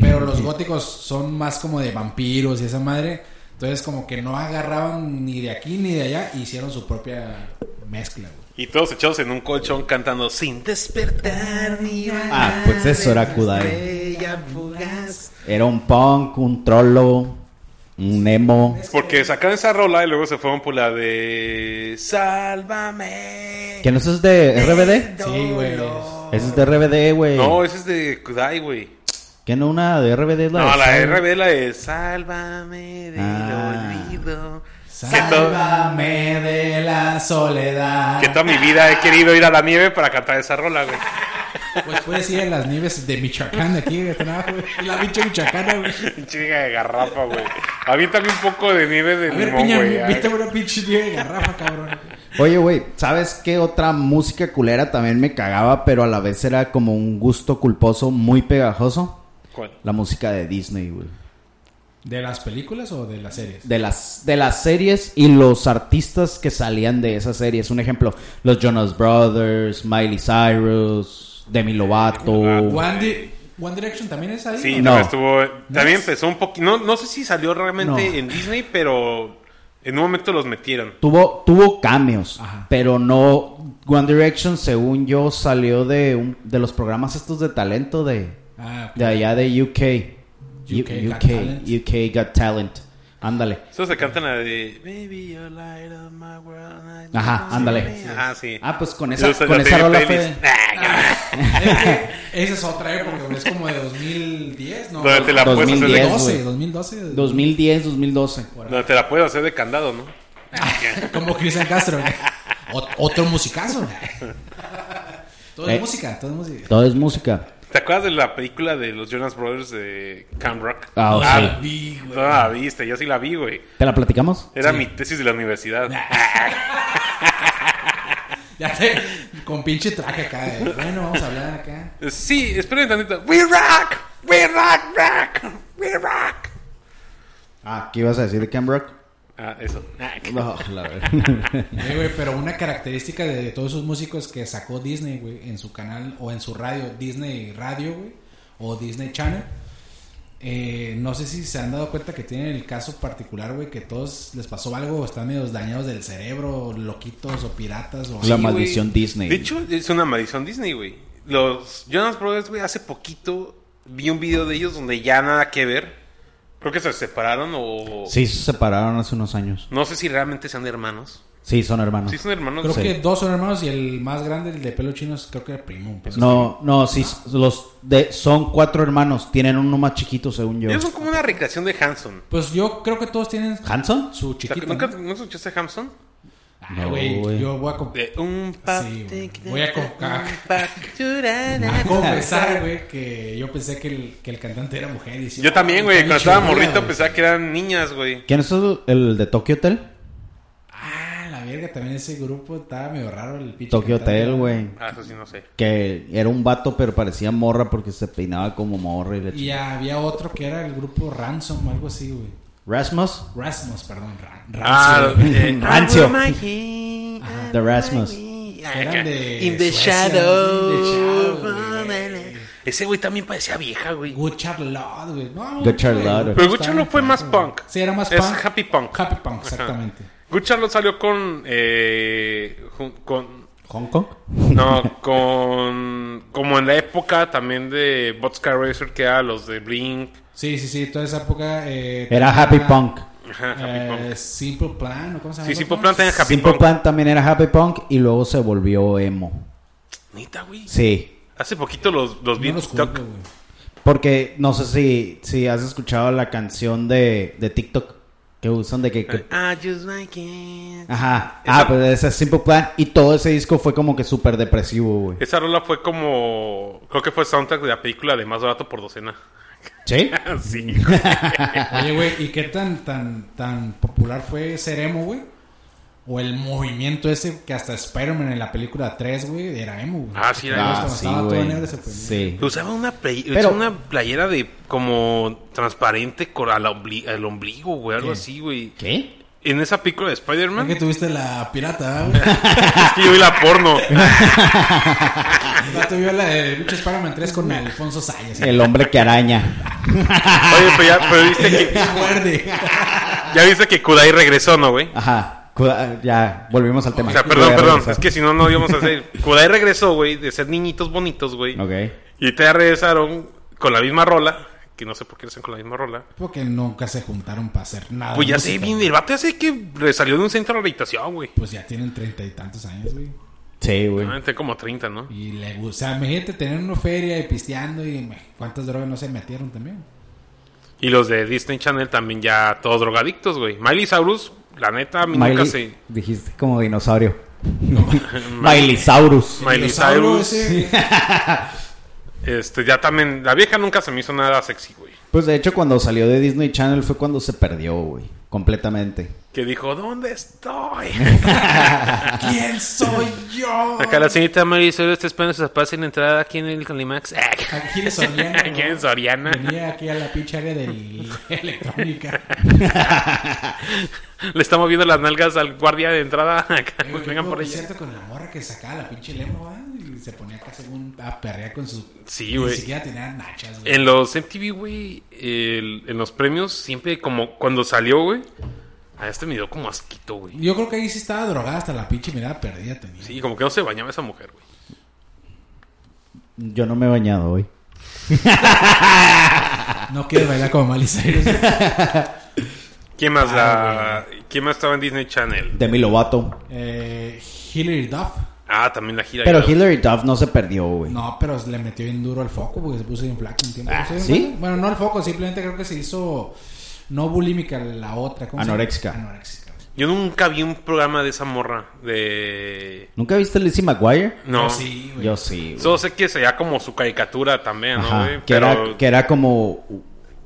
Speaker 2: Pero los góticos son más como de vampiros y esa madre. Entonces como que no agarraban ni de aquí ni de allá. e hicieron su propia mezcla, güey.
Speaker 3: Y todos echados en un colchón cantando sin despertar ni
Speaker 1: Ah, pues eso era Kudai.
Speaker 3: estrella fugaz.
Speaker 1: Era un punk, un trolo, un emo.
Speaker 3: Porque sacaron esa rola y luego se fueron por la de Sálvame.
Speaker 1: ¿Que no eso es de RBD?
Speaker 2: Sí, güey.
Speaker 1: Eso es de RBD, güey.
Speaker 3: No, ese es de Kudai, güey.
Speaker 1: ¿Que no una de RBD es la
Speaker 3: No,
Speaker 1: de
Speaker 3: la
Speaker 1: Sal-
Speaker 3: RB es la de Sálvame del
Speaker 1: Ah.
Speaker 3: olvido. Que, to-
Speaker 2: Sálvame de la soledad.
Speaker 3: que toda mi vida he querido ir a la nieve para cantar esa rola, güey.
Speaker 2: Pues puedes ir a las nieves de Michoacán de aquí, de este lado, güey. La pinche michoacana, güey.
Speaker 3: Chica de garrafa, güey. Aviéntame un poco de nieve de
Speaker 2: A ver,
Speaker 3: limón,
Speaker 2: piña,
Speaker 3: güey.
Speaker 2: viste una pinche nieve de garrafa, cabrón.
Speaker 1: Oye, güey, ¿sabes qué otra música culera también me cagaba, pero a la vez era como un gusto culposo muy pegajoso?
Speaker 3: ¿Cuál?
Speaker 1: La música de Disney, güey.
Speaker 2: ¿De las películas o de las series?
Speaker 1: De las, de las series y los artistas que salían de esas series. Un ejemplo, los Jonas Brothers, Miley Cyrus, Demi Lovato.
Speaker 2: One, Di- One Direction también es ahí.
Speaker 3: Sí,
Speaker 1: No.
Speaker 3: no. estuvo. También
Speaker 2: es-
Speaker 3: empezó un poquito. No, no sé si salió realmente
Speaker 1: No.
Speaker 3: en Disney, pero en un momento los metieron.
Speaker 1: Tuvo, tuvo cambios,
Speaker 2: Ajá.
Speaker 1: pero no... One Direction, según yo, salió de, un- de los programas estos de talento de...
Speaker 2: Ah,
Speaker 1: De allá de UK. U-
Speaker 2: UK Got
Speaker 1: UK,
Speaker 2: Talent.
Speaker 1: UK Got Talent. Ándale.
Speaker 3: Eso se cantan la de. Baby, you're light of my world.
Speaker 1: Ajá, ándale.
Speaker 3: Ah, sí.
Speaker 1: Ah, pues con esa,
Speaker 3: Los-
Speaker 1: con
Speaker 3: los
Speaker 1: esa
Speaker 3: de Ah,
Speaker 1: rola
Speaker 3: pelis.
Speaker 1: fue...
Speaker 2: es que esa es otra época, güey. es como de 2010, ¿no?
Speaker 3: Donde te
Speaker 1: pues,
Speaker 3: la puedes hacer de-
Speaker 1: 2010.
Speaker 2: 2012,
Speaker 1: güey.
Speaker 2: 2012.
Speaker 1: 2010, 2012.
Speaker 3: donde te la puedes hacer de candado, ¿no?
Speaker 2: Como Cristian Castro. güey. Ot- otro musicazo. güey. Todo
Speaker 1: Eh.
Speaker 2: es música, todo es música.
Speaker 1: Todo es música.
Speaker 3: ¿Te acuerdas de la película de los Jonas Brothers de Camp Rock?
Speaker 1: Ah, oh, sí.
Speaker 2: vi,
Speaker 3: No
Speaker 2: güey.
Speaker 3: la viste, yo sí la vi, güey.
Speaker 1: ¿Te la platicamos?
Speaker 3: Era mi tesis de la universidad.
Speaker 2: Ya sé, con pinche traje acá. de, Bueno, vamos a hablar acá.
Speaker 3: Sí, esperen tantito. We rock, we rock, rock, we rock.
Speaker 1: Ah, ¿qué ibas a decir de Cam Rock?
Speaker 3: Ah, eso. Ah, que-
Speaker 1: No, la verdad.
Speaker 2: Eh, güey, pero una característica de, de todos esos músicos que sacó Disney, güey, en su canal o en su radio, Disney Radio, güey, o Disney Channel. eh, no sé si se han dado cuenta que tienen el caso particular, güey, que todos les pasó algo o están medio dañados del cerebro, o loquitos o piratas o
Speaker 1: La
Speaker 2: así, güey.
Speaker 1: maldición
Speaker 3: güey.
Speaker 1: Disney.
Speaker 3: De hecho, es una maldición Disney, güey. Los Jonas Brothers, güey, hace poquito vi un video de ellos donde ya nada que ver. Creo que se separaron o...
Speaker 1: Sí, se separaron hace unos años.
Speaker 3: No sé si realmente sean hermanos.
Speaker 1: Sí, son hermanos.
Speaker 3: Sí, son hermanos.
Speaker 2: Creo
Speaker 1: Sí.
Speaker 2: que dos son hermanos y el más grande, el de pelo chino, es- creo que era primo. pues. un pedo
Speaker 1: No, no, sí, los de, son cuatro hermanos. Tienen uno más chiquito, según yo.
Speaker 3: Ellos son como una recreación de Hanson.
Speaker 2: así. Pues yo creo que todos tienen
Speaker 1: ¿Hanson?
Speaker 2: su chiquito.
Speaker 3: ¿Nunca
Speaker 2: ¿no?
Speaker 3: ¿no escuchaste Hanson?
Speaker 2: Ah,
Speaker 1: No,
Speaker 2: güey,
Speaker 1: güey.
Speaker 2: yo voy a comp-
Speaker 3: De un
Speaker 2: Sí, güey. Voy a co-
Speaker 3: un pa-
Speaker 2: a confesar, güey, que yo pensé que el, que el cantante era mujer. Y sí,
Speaker 3: Yo también, güey.
Speaker 2: está
Speaker 3: Cuando
Speaker 2: bien
Speaker 3: estaba
Speaker 2: chingona,
Speaker 3: morrito
Speaker 2: güey.
Speaker 3: pensaba que eran niñas, güey.
Speaker 1: ¿Quién es el, el de Tokyo Hotel?
Speaker 2: Ah, la verga, también ese grupo estaba medio raro el pinche.
Speaker 1: Tokyo
Speaker 2: cantante.
Speaker 1: Hotel, güey.
Speaker 3: Ah, eso sí, no sé.
Speaker 1: Que era un vato, pero parecía morra porque se peinaba como morra y le
Speaker 2: Y había otro que era el grupo Ransom o algo así, güey.
Speaker 1: Rasmus,
Speaker 2: Rasmus, perdón. Ra- Ransom.
Speaker 3: Ah,
Speaker 2: güey.
Speaker 3: eh,
Speaker 1: Rancio.
Speaker 3: I want my hand,
Speaker 1: The
Speaker 3: I want
Speaker 1: Rasmus.
Speaker 3: my-
Speaker 2: Que eran de
Speaker 3: In the
Speaker 2: Suecia,
Speaker 3: shadow. Oh,
Speaker 2: in the shadow, güey.
Speaker 3: Ese güey también parecía vieja, güey.
Speaker 2: Good Charlotte, güey. No,
Speaker 1: Good Charlotte.
Speaker 2: güey,
Speaker 3: Pero Good
Speaker 2: estaba
Speaker 3: Charlotte fue
Speaker 2: bien
Speaker 3: más
Speaker 2: perro, güey.
Speaker 3: punk.
Speaker 2: Sí, era más
Speaker 3: Es
Speaker 2: punk.
Speaker 3: happy punk.
Speaker 2: Happy punk, exactamente.
Speaker 3: Good Charlotte salió con. Eh, jun- con
Speaker 1: Hong Kong.
Speaker 3: no, con. Como en la época también de Botscar Racer, que era los de Blink.
Speaker 2: Sí, sí, sí, toda esa época. eh,
Speaker 1: Era
Speaker 2: tenía,
Speaker 1: Happy Punk.
Speaker 3: Ajá, Happy
Speaker 2: eh,
Speaker 3: Punk.
Speaker 2: Simple Plan, ¿o ¿cómo se llama?
Speaker 3: Sí, Simple Plan tenía Happy
Speaker 1: Simple
Speaker 3: Punk.
Speaker 1: Plan también era Happy Punk y luego se volvió emo.
Speaker 3: Neta, güey.
Speaker 1: Sí.
Speaker 3: Hace poquito los, los vi
Speaker 2: No
Speaker 3: en
Speaker 2: los
Speaker 3: TikTok.
Speaker 2: culpo, güey.
Speaker 1: Porque no sé si, si has escuchado la canción de, de TikTok. que usan de que... que-
Speaker 3: I Ah, just like it.
Speaker 1: Ajá.
Speaker 3: Eh. Esa-
Speaker 1: Ah, pues ese es Simple Plan. Y todo ese disco fue como que súper depresivo, güey.
Speaker 3: Esa rola fue como. Creo que fue soundtrack de la película de más barato por docena.
Speaker 1: ¿Sí?
Speaker 3: sí.
Speaker 2: Oye, güey, ¿y qué tan, tan, tan popular fue ser emo, güey? O el movimiento ese que hasta Spider-Man en la película 3, güey, era emo, güey.
Speaker 3: Ah, sí, era emo.
Speaker 2: Cuando
Speaker 1: Ah, sí,
Speaker 2: estaba todo
Speaker 1: güey.
Speaker 2: negro se ponía.
Speaker 1: Sí.
Speaker 3: Usaba una, play-
Speaker 1: Pero-
Speaker 3: usaba una playera de como transparente con al, ombli- al ombligo, güey, algo
Speaker 2: ¿Qué?
Speaker 3: así, güey.
Speaker 1: ¿Qué?
Speaker 3: En esa película de
Speaker 2: Es
Speaker 3: Spider-Man,
Speaker 2: que tuviste la pirata, ¿eh, güey.
Speaker 3: es que yo vi la porno.
Speaker 2: Ya tuviste la de pinche Spider-Man 3 con Alfonso Sayas.
Speaker 1: El hombre que araña.
Speaker 3: Oye, pero ya, pero viste que,
Speaker 2: Muerde.
Speaker 3: ya viste que Kudai regresó, ¿no, güey?
Speaker 1: Ajá. Cuda- Ya, volvimos al tema.
Speaker 3: O sea, perdón,
Speaker 1: Voy a
Speaker 3: perdón,
Speaker 1: regresar.
Speaker 3: es que si no, no íbamos a hacer. Kudai regresó, güey, de ser niñitos bonitos, güey.
Speaker 1: Ok.
Speaker 3: Y te regresaron con la misma rola, que no sé por qué regresan con la misma rola.
Speaker 2: Porque nunca se juntaron para hacer
Speaker 1: Ah,
Speaker 2: nada.
Speaker 3: Pues ya
Speaker 2: de
Speaker 3: sé,
Speaker 2: música,
Speaker 3: bien,
Speaker 2: güey.
Speaker 3: el vato ya sé que le salió de un centro de rehabilitación, güey.
Speaker 2: Pues ya tienen treinta y tantos años, güey.
Speaker 1: Sí, güey.
Speaker 3: Realmente como 30, ¿no?
Speaker 2: Y le gusta. O sea, imagínate tener una feria y pisteando y me- cuántas drogas no se metieron también.
Speaker 3: Y los de Disney Channel también ya todos drogadictos, güey. Miley Cyrus, la neta, a mí nunca
Speaker 1: Miley,
Speaker 3: se...
Speaker 1: dijiste como dinosaurio. Mileysaurus.
Speaker 3: Miley
Speaker 2: Dinosaurio
Speaker 3: Cyrus.
Speaker 2: ese,
Speaker 3: Este, ya también... La vieja nunca se me hizo nada sexy, güey.
Speaker 1: Pues de hecho cuando salió de Disney Channel fue cuando se perdió, güey. Completamente.
Speaker 3: Que dijo, ¿dónde estoy?
Speaker 2: ¿Quién soy yo?
Speaker 3: Acá la señorita Miley Cyrus está esperando sus papás en la entrada aquí en el Calimax.
Speaker 2: Aquí en Soriana. ¿no?
Speaker 3: Aquí en Soriana.
Speaker 2: Venía aquí a la pinche área de electrónica.
Speaker 3: Pues Le está moviendo las nalgas al guardia de entrada. Acá, pues,
Speaker 2: Vengan
Speaker 3: vengan por ella.
Speaker 2: cierto con la morra que sacaba la pinche lema, ¿va? Y se ponía acá según a perrear con su.
Speaker 3: Sí, güey.
Speaker 2: Ni siquiera tenía nachas, güey.
Speaker 3: En los MTV, güey, el- en los premios, siempre como cuando salió, güey, a este me dio como asquito, güey.
Speaker 2: Yo creo que ahí sí estaba drogada hasta la pinche mirada perdida tenía.
Speaker 3: Sí, como que no se bañaba esa mujer, güey.
Speaker 1: Yo no me he bañado hoy.
Speaker 2: No quieres bailar como Miley Cyrus.
Speaker 3: ¿Quién más,
Speaker 1: Ah,
Speaker 3: la, ¿Quién más estaba en Disney Channel?
Speaker 1: Demi Lovato.
Speaker 2: Eh, Hillary Duff.
Speaker 3: Ah, también la gira.
Speaker 1: Pero
Speaker 3: Era-
Speaker 1: Hillary Duff no se perdió, güey.
Speaker 2: No, pero le metió bien duro al foco porque se puso bien flaco un tiempo.
Speaker 1: Ah,
Speaker 2: Se puso
Speaker 1: ¿sí?
Speaker 2: bien flaca. Bueno, no al foco, simplemente creo que se hizo no bulímica la otra. ¿cómo se llama?
Speaker 1: Anoréxica.
Speaker 2: Anoréxica.
Speaker 3: Yo nunca vi un programa de esa morra. De.
Speaker 1: ¿Nunca viste Lizzie McGuire?
Speaker 3: No.
Speaker 2: Pero Sí, güey.
Speaker 1: Yo sí, güey.
Speaker 3: Solo sé que sería como su caricatura también, ¿no,
Speaker 1: Ajá,
Speaker 3: güey?
Speaker 1: que,
Speaker 3: Pero.
Speaker 1: era, que era como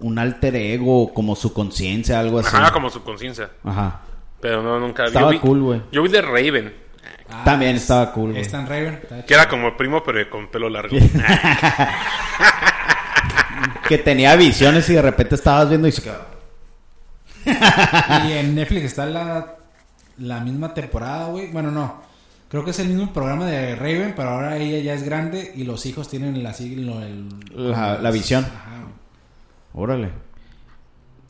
Speaker 1: un alter ego, como su conciencia, algo así.
Speaker 3: Ajá, era como su conciencia.
Speaker 1: Ajá.
Speaker 3: Pero no, nunca
Speaker 1: Estaba
Speaker 3: vi.
Speaker 1: cool, güey.
Speaker 3: Yo vi de Raven,
Speaker 2: Ah,
Speaker 1: También estaba cool, güey.
Speaker 2: Stan Raven. estaba
Speaker 3: que era como el primo, pero con pelo largo.
Speaker 1: Que tenía visiones y de repente estabas viendo y se quedó.
Speaker 2: Y en Netflix está la, la misma temporada, güey. Bueno, no. Creo que es el mismo programa de Raven, pero ahora ella ya es grande y los hijos tienen la, sig- lo- el-
Speaker 1: La- la visión.
Speaker 2: Ajá, güey.
Speaker 1: Órale.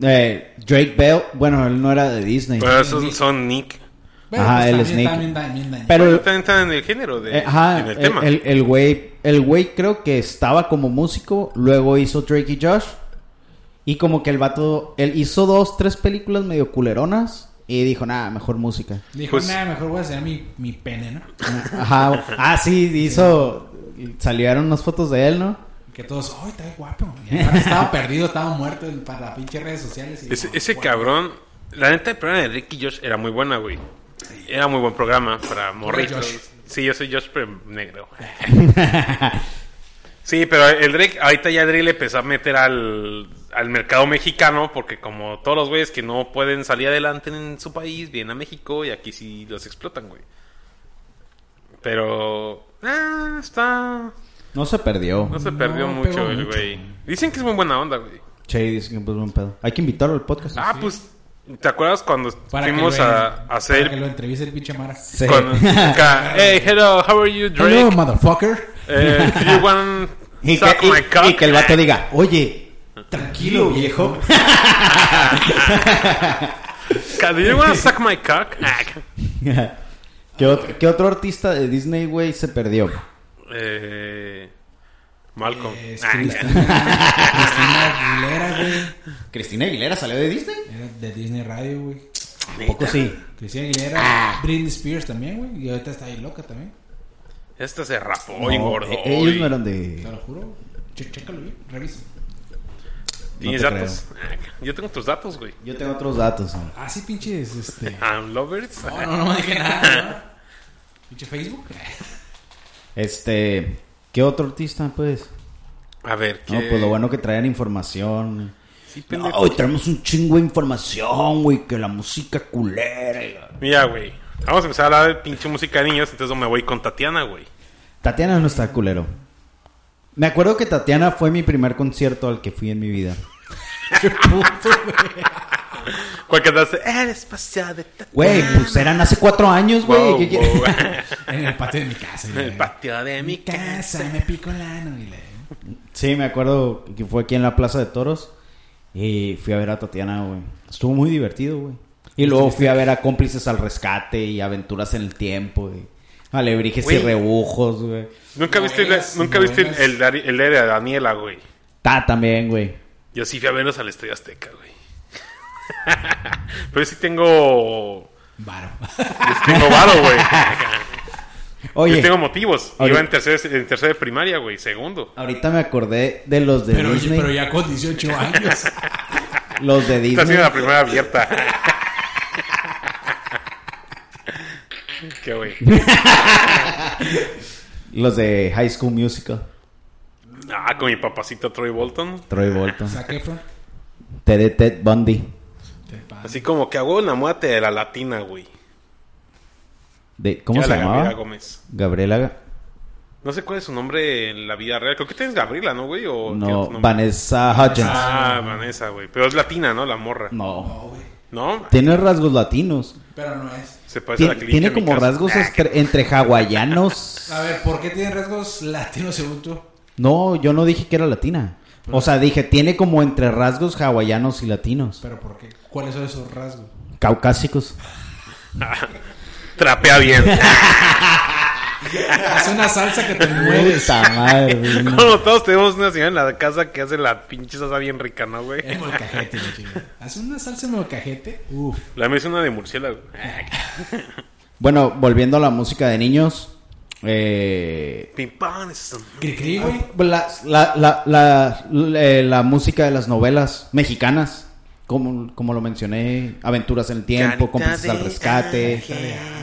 Speaker 1: Eh, Drake Bell, bueno, él no era de Disney.
Speaker 3: Pero esos son Nick.
Speaker 2: Bueno,
Speaker 1: Ajá,
Speaker 2: pues
Speaker 1: el
Speaker 2: también-
Speaker 1: Snake.
Speaker 2: también da- bien dañado.
Speaker 1: Pero,
Speaker 3: Están están en el género, de,
Speaker 1: eh, ajá,
Speaker 3: este, en el
Speaker 1: el,
Speaker 3: tema.
Speaker 1: el- el güey, el güey creo que estaba como músico, luego hizo Drake y Josh. Y como que el vato, él hizo dos, tres películas medio culeronas y dijo, nada, mejor música.
Speaker 2: Dijo,
Speaker 3: pues-
Speaker 2: nada, mejor voy a hacer mi, mi pene, ¿no?
Speaker 1: Ajá. Ah, sí, hizo. Salieron unas fotos de él, ¿no?
Speaker 2: Que todos, ¡ay, está bien guapo! Y aparte estaba perdido, estaba muerto en- para las pinches redes sociales. y-
Speaker 3: Ese, ese
Speaker 2: Guau.
Speaker 3: cabrón, la neta, el programa de Ricky Josh era muy buena, güey. Era muy buen programa para
Speaker 2: Josh.
Speaker 3: morritos. Sí, yo soy Josh, pero negro. sí, pero el Drake, ahorita ya Drake le empezó a meter al, al mercado mexicano, porque como todos los güeyes que no pueden salir adelante en su país, vienen a México y aquí sí los explotan, güey. Pero. Ah, está.
Speaker 1: No se perdió.
Speaker 3: No se perdió
Speaker 2: No,
Speaker 3: mucho
Speaker 2: pegó
Speaker 3: el
Speaker 2: mucho.
Speaker 3: güey. Dicen que es muy buena onda, güey.
Speaker 1: Che, dicen que pues buen pedo. Hay que invitarlo al podcast.
Speaker 3: Ah, pues, ¿te acuerdas cuando
Speaker 2: Para que
Speaker 3: fuimos
Speaker 2: lo-
Speaker 3: a, a
Speaker 2: Para que
Speaker 3: hacer...
Speaker 2: lo entreviste el pinche Mara.
Speaker 1: Sí.
Speaker 3: cuando- ca- hey, hello, how are you,
Speaker 2: Hello,
Speaker 3: Drake?
Speaker 2: motherfucker.
Speaker 3: Eh, do you want
Speaker 1: y, que,
Speaker 3: suck
Speaker 1: y-
Speaker 3: my cock?
Speaker 1: y que el vato diga, oye,
Speaker 2: Tranquilo, viejo.
Speaker 3: Ca- Do you want suck my cock? Ah, ca-
Speaker 1: ¿qué, ot- qué otro artista de Disney, güey, se perdió?
Speaker 3: Eh, Malcolm.
Speaker 2: Eh, Es
Speaker 3: Ah,
Speaker 2: Cristina,
Speaker 3: ca-
Speaker 2: Cristina Aguilera, güey.
Speaker 1: ¿Cristina Aguilera salió de Disney?
Speaker 2: Era de Disney Radio, güey.
Speaker 1: ¿A poco sí?
Speaker 2: Cristina Aguilera, Britney Spears también, güey. Y ahorita está ahí loca también.
Speaker 3: Esta Este se rapó y
Speaker 1: No,
Speaker 3: engordó.
Speaker 1: e- ellos
Speaker 3: y-
Speaker 1: no eran
Speaker 2: Te
Speaker 1: de...
Speaker 2: lo juro. Che- chécalo bien, revisa.
Speaker 3: ¿Tienes
Speaker 1: no te
Speaker 3: datos? Ah, ca- Yo tengo tus datos, güey.
Speaker 1: Yo tengo otros datos. güey.
Speaker 2: Ah, sí, pinches, este...
Speaker 3: I'm lovers.
Speaker 2: No, no, no dije nada, ¿no? Pinche Facebook.
Speaker 1: Este, ¿qué otro artista, pues?
Speaker 3: A ver, ¿qué?
Speaker 1: No, pues lo bueno que traen información.
Speaker 3: Sí,
Speaker 1: No,
Speaker 3: pendejo.
Speaker 1: hoy tenemos un chingo de información, güey, que la música culera. y la-
Speaker 3: Mira, güey. Vamos a empezar a hablar de pinche música de niños, entonces me voy con Tatiana, güey.
Speaker 1: Tatiana no está culero. Me acuerdo que Tatiana fue mi primer concierto al que fui en mi vida.
Speaker 3: ¿Cuál cantaste? Eres paseada de Tatiana.
Speaker 1: Güey, pues eran hace cuatro años, güey.
Speaker 3: Wow,
Speaker 1: ¿qué quieres?
Speaker 3: wow.
Speaker 2: En el patio de mi casa.
Speaker 3: En el patio de mi casa.
Speaker 2: me pico la novela.
Speaker 1: Sí, me acuerdo que fue aquí en la Plaza de Toros y fui a ver a Tatiana, güey. Estuvo muy divertido, güey. Y luego fui a ver a Cómplices al Rescate y Aventuras en el Tiempo, güey. Alebrijes y
Speaker 3: Güey.
Speaker 1: Rebujos, güey.
Speaker 3: Nunca viste, la-
Speaker 2: Novelas,
Speaker 3: nunca viste
Speaker 2: novelas.
Speaker 3: el, Dari- el de Daniela, güey.
Speaker 1: Ta también, güey.
Speaker 3: Yo sí fui a verlos al Estadio Azteca, güey. Pero yo sí tengo.
Speaker 2: Varo.
Speaker 3: yo sí tengo varo, güey.
Speaker 1: Oye,
Speaker 3: Yo tengo motivos.
Speaker 1: Oye.
Speaker 3: Iba en tercer, en tercer de primaria, güey. Segundo.
Speaker 1: ahorita me acordé de los de
Speaker 2: Pero,
Speaker 1: Disney.
Speaker 2: pero ya con 18 años.
Speaker 1: Los de
Speaker 3: Esta ha
Speaker 1: Disney.
Speaker 3: sido la primera abierta. Qué güey.
Speaker 1: Los de High School Musical.
Speaker 3: Ah, con mi papacito Troy Bolton.
Speaker 1: Troy Bolton.
Speaker 2: Zac Efron.
Speaker 1: Ted de Ted Bundy.
Speaker 2: Te pa-
Speaker 3: Así como que hago la muerte de la latina, güey.
Speaker 1: De, ¿Cómo
Speaker 3: Ya
Speaker 1: se
Speaker 3: la Gabriela
Speaker 1: llamaba?
Speaker 3: Gómez.
Speaker 1: Gabriela.
Speaker 3: No sé cuál es su nombre en la vida real. Creo que tienes Gabriela, ¿no, güey? ¿O Oh, qué
Speaker 1: No,
Speaker 3: otro nombre?
Speaker 1: Vanessa Hudgens.
Speaker 3: Ah, Vanessa, güey. Pero es latina, ¿no? La morra.
Speaker 1: No.
Speaker 2: No, güey.
Speaker 3: ¿No?
Speaker 1: Tiene rasgos latinos.
Speaker 2: Pero no es.
Speaker 3: Se
Speaker 1: Tiene,
Speaker 3: parece a Pues la que
Speaker 1: tiene
Speaker 3: limpia mi
Speaker 1: como
Speaker 3: casa. Ah,
Speaker 1: rasgos estre- entre hawaianos.
Speaker 2: A ver, ¿por qué tiene rasgos latinos según tú?
Speaker 1: No, yo no dije que era latina. O sea, dije, tiene como entre rasgos hawaianos y latinos.
Speaker 2: Pero ¿por qué? ¿Cuáles son esos rasgos?
Speaker 1: Caucásicos.
Speaker 3: Trapea bien.
Speaker 2: Hace una salsa que te mueves.
Speaker 1: Puta madre, güey.
Speaker 3: Como todos tenemos una señora en la casa que hace la pinche salsa bien rica, ¿no, güey?
Speaker 2: El molcajete, la chingada. Hace una salsa en molcajete. Uf.
Speaker 3: La mía es una de murciélago.
Speaker 1: Bueno, volviendo a la música de niños. eh,
Speaker 3: Pim, pam, eso es un-
Speaker 2: Cri cri, güey.
Speaker 1: la, la- la- la- la- eh, la música de las novelas mexicanas. Como, como lo mencioné, Aventuras en el Tiempo,
Speaker 3: Carita
Speaker 1: Cómplices al
Speaker 3: de
Speaker 1: Rescate,
Speaker 3: ángel.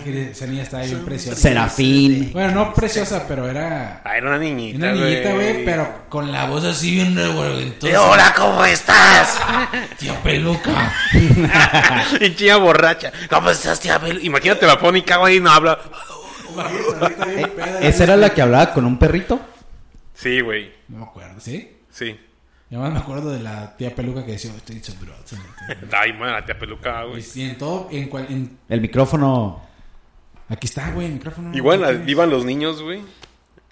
Speaker 2: Tarea. Esa niña está bien preciosa.
Speaker 1: Serafín.
Speaker 2: Bueno, no preciosa, pero era
Speaker 3: Ah, era una niñita,
Speaker 2: una niñita, güey, pero con la voz así bien
Speaker 3: Eh,
Speaker 2: revuelventosa.
Speaker 3: Hola, ¿cómo estás?
Speaker 2: Tía peluca.
Speaker 3: y chilla borracha. ¿Cómo estás, tía Bel? Imagínate la pone y cago ahí y no habla.
Speaker 1: Eh, ¿Esa era la que hablaba con un perrito?
Speaker 3: Sí, güey.
Speaker 2: No me acuerdo, ¿sí?
Speaker 3: Sí.
Speaker 2: Yo más me acuerdo de la tía peluca que decía, "Oh, estoy so broad".
Speaker 3: Ay, man, la tía peluca, güey.
Speaker 2: Y en todo, en cual. En...
Speaker 1: El micrófono
Speaker 2: Aquí está, güey, el micrófono.
Speaker 3: Igual
Speaker 2: ¿Lo
Speaker 3: la-
Speaker 2: tienes?
Speaker 3: iban los niños, güey.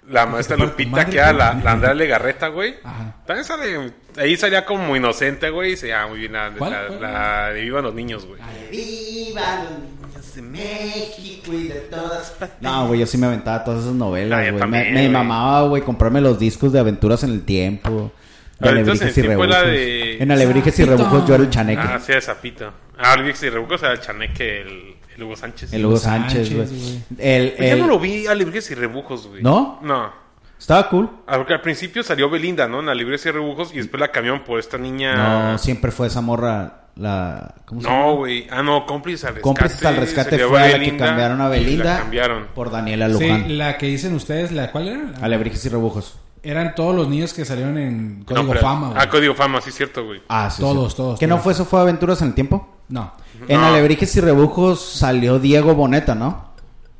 Speaker 3: La maestra
Speaker 2: por tu
Speaker 3: Lupita,
Speaker 2: madre,
Speaker 3: que era la,
Speaker 2: güey.
Speaker 3: la Andrea Legarreta, güey.
Speaker 1: Ah.
Speaker 2: Ajá.
Speaker 3: También sale. Ahí salía como inocente, güey. Y se ah, muy bien la,
Speaker 2: ¿Cuál?
Speaker 3: la-
Speaker 2: ¿Cuál?
Speaker 3: la de Vivan los niños, güey.
Speaker 1: Ah,
Speaker 4: Viva los niños de México y de todas partes.
Speaker 1: No, güey, yo sí me aventaba todas esas
Speaker 3: Ah,
Speaker 1: novelas, güey.
Speaker 3: yo
Speaker 1: me,
Speaker 3: también,
Speaker 1: me
Speaker 3: güey.
Speaker 1: mamaba, güey, comprarme los discos de Aventuras en el Tiempo. De
Speaker 3: Ah,
Speaker 1: Alebrijes
Speaker 3: entonces,
Speaker 1: y
Speaker 3: en el tiempo
Speaker 1: Rebujos.
Speaker 3: era de-
Speaker 1: En Alebrijes y
Speaker 2: Zapito.
Speaker 1: Rebujos yo era el chaneque.
Speaker 3: Ah, sí, de Zapito. Ah, el Vix y Rebuco, o sea, el Chaneque, el, el Hugo Sánchez.
Speaker 1: el Hugo
Speaker 2: Sánchez,
Speaker 1: Sánchez, güey.
Speaker 2: güey.
Speaker 1: El,
Speaker 3: Pues Yo
Speaker 1: el-
Speaker 3: no lo vi a Libres y Rebujos, güey.
Speaker 1: ¿No?
Speaker 3: No.
Speaker 1: Estaba cool.
Speaker 3: Ah, Porque al principio salió Belinda, ¿no? En la Libres y Rebujos y después la cambiaron por esta niña.
Speaker 1: No, siempre fue esa morra la... ¿Cómo se llama?
Speaker 3: Ah. No, güey. Ah, no, cómplices al rescate.
Speaker 1: Cómplices al rescate
Speaker 3: salió
Speaker 1: fue a la que
Speaker 3: Belinda
Speaker 1: cambiaron a
Speaker 3: y
Speaker 1: Belinda.
Speaker 3: La cambiaron.
Speaker 1: Por Daniela Luján.
Speaker 2: Sí, la que dicen ustedes, la ¿cuál era? La-
Speaker 1: Alebrijes y Rebujos.
Speaker 2: Eran todos los niños que salieron en Código
Speaker 3: No, pero-
Speaker 2: Fama, güey.
Speaker 3: Ah, Código Fama, sí, cierto, güey.
Speaker 1: Ah, sí.
Speaker 2: Todos,
Speaker 1: sí.
Speaker 2: todos,
Speaker 1: ¿Que
Speaker 2: todos.
Speaker 1: no fue eso? ¿Fue Aventuras en el Tiempo?
Speaker 2: No,
Speaker 1: En
Speaker 3: No.
Speaker 1: Alebrijes y Rebujos salió Diego Boneta, ¿no?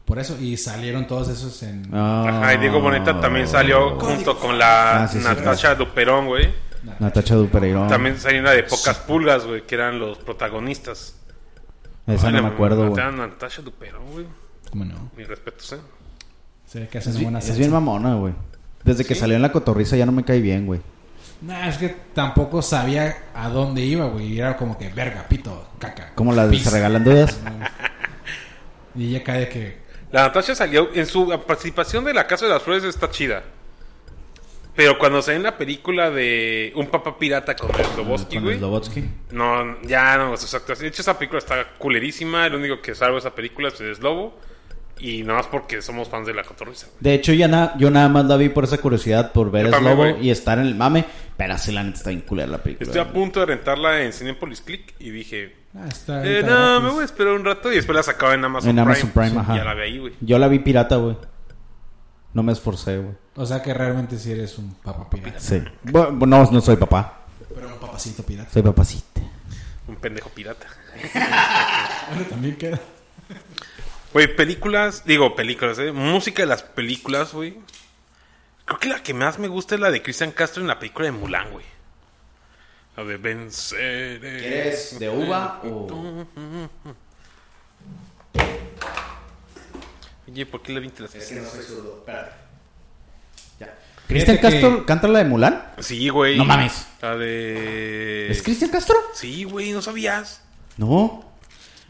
Speaker 2: por eso. Y salieron todos esos en...
Speaker 3: Ajá, y Diego Boneta también salió junto con la
Speaker 1: Ah, sí, sí,
Speaker 3: Natasha Duperón, güey.
Speaker 1: Natacha Dupereirón.
Speaker 3: También salió una de Pocas Pulgas, güey, que eran los protagonistas.
Speaker 1: Esa
Speaker 3: Ay,
Speaker 1: no
Speaker 3: la-
Speaker 1: me acuerdo, güey.
Speaker 3: Nat- Natasha Duperón, güey.
Speaker 2: ¿Cómo no?
Speaker 3: Mi respeto, ¿eh?
Speaker 2: Se ve que
Speaker 1: Es
Speaker 2: hacen
Speaker 1: bien,
Speaker 2: buena
Speaker 1: es
Speaker 2: salsa.
Speaker 1: bien mamona, güey. Desde que salió en la cotorriza ya no me cae bien, güey.
Speaker 2: Nah, es que tampoco sabía a dónde iba, güey. Y Era como que, verga, pito, caca.
Speaker 1: ¿Cómo la
Speaker 2: pis".
Speaker 1: desregalan dudas?
Speaker 2: Y ella cae de que...
Speaker 3: La Natasha salió en su participación de La Casa de las Flores está chida. Pero cuando se ve en la película de Un Papá Pirata con el Sloboski,
Speaker 1: Con
Speaker 3: güey.
Speaker 1: Slobotsky.
Speaker 3: No, ya no, sus actuaciones. De hecho, esa película está culerísima. El único que salvo esa película pues, es Lobo. Y nada más porque somos fans de la cotorriza.
Speaker 1: De hecho, ya na- yo nada más la vi por esa curiosidad, por ver
Speaker 3: Yo
Speaker 1: a
Speaker 3: también,
Speaker 1: Slobo
Speaker 3: güey.
Speaker 1: y estar en el mame. Pero sí, la neta está bien culera la película.
Speaker 3: Estoy a punto de rentarla en Cinepolis Click y dije,
Speaker 2: Ah, está
Speaker 3: eh,
Speaker 2: ahorita
Speaker 3: no,
Speaker 2: gratis.
Speaker 3: me voy a esperar un rato y después la sacaba en Amazon
Speaker 1: En
Speaker 3: Prime.
Speaker 1: Amazon Prime,
Speaker 3: Sí,
Speaker 1: ajá.
Speaker 3: Ya la vi ahí, güey.
Speaker 1: Yo la vi pirata, güey. No me esforcé, güey.
Speaker 2: O sea que realmente sí eres un papá pirata.
Speaker 1: Sí. Bueno, no, no soy papá.
Speaker 2: Pero un papacito pirata.
Speaker 1: Soy papacita.
Speaker 3: Un pendejo pirata.
Speaker 2: Bueno, también queda.
Speaker 3: Güey, películas, digo películas, eh, música de las películas, güey. Creo que la que más me gusta es la de Cristian Castro en la película de Mulan, güey. La de vencer. Eh,
Speaker 1: ¿Quieres de uva o...?
Speaker 3: Oye, ¿por qué la viste las
Speaker 1: ¿Cristian
Speaker 2: Fíjate que-
Speaker 1: Castro canta la de Mulan?
Speaker 3: Sí, güey.
Speaker 1: No mames.
Speaker 3: La de.
Speaker 1: ¿Es Cristian Castro?
Speaker 3: Sí, güey, no sabías.
Speaker 1: No.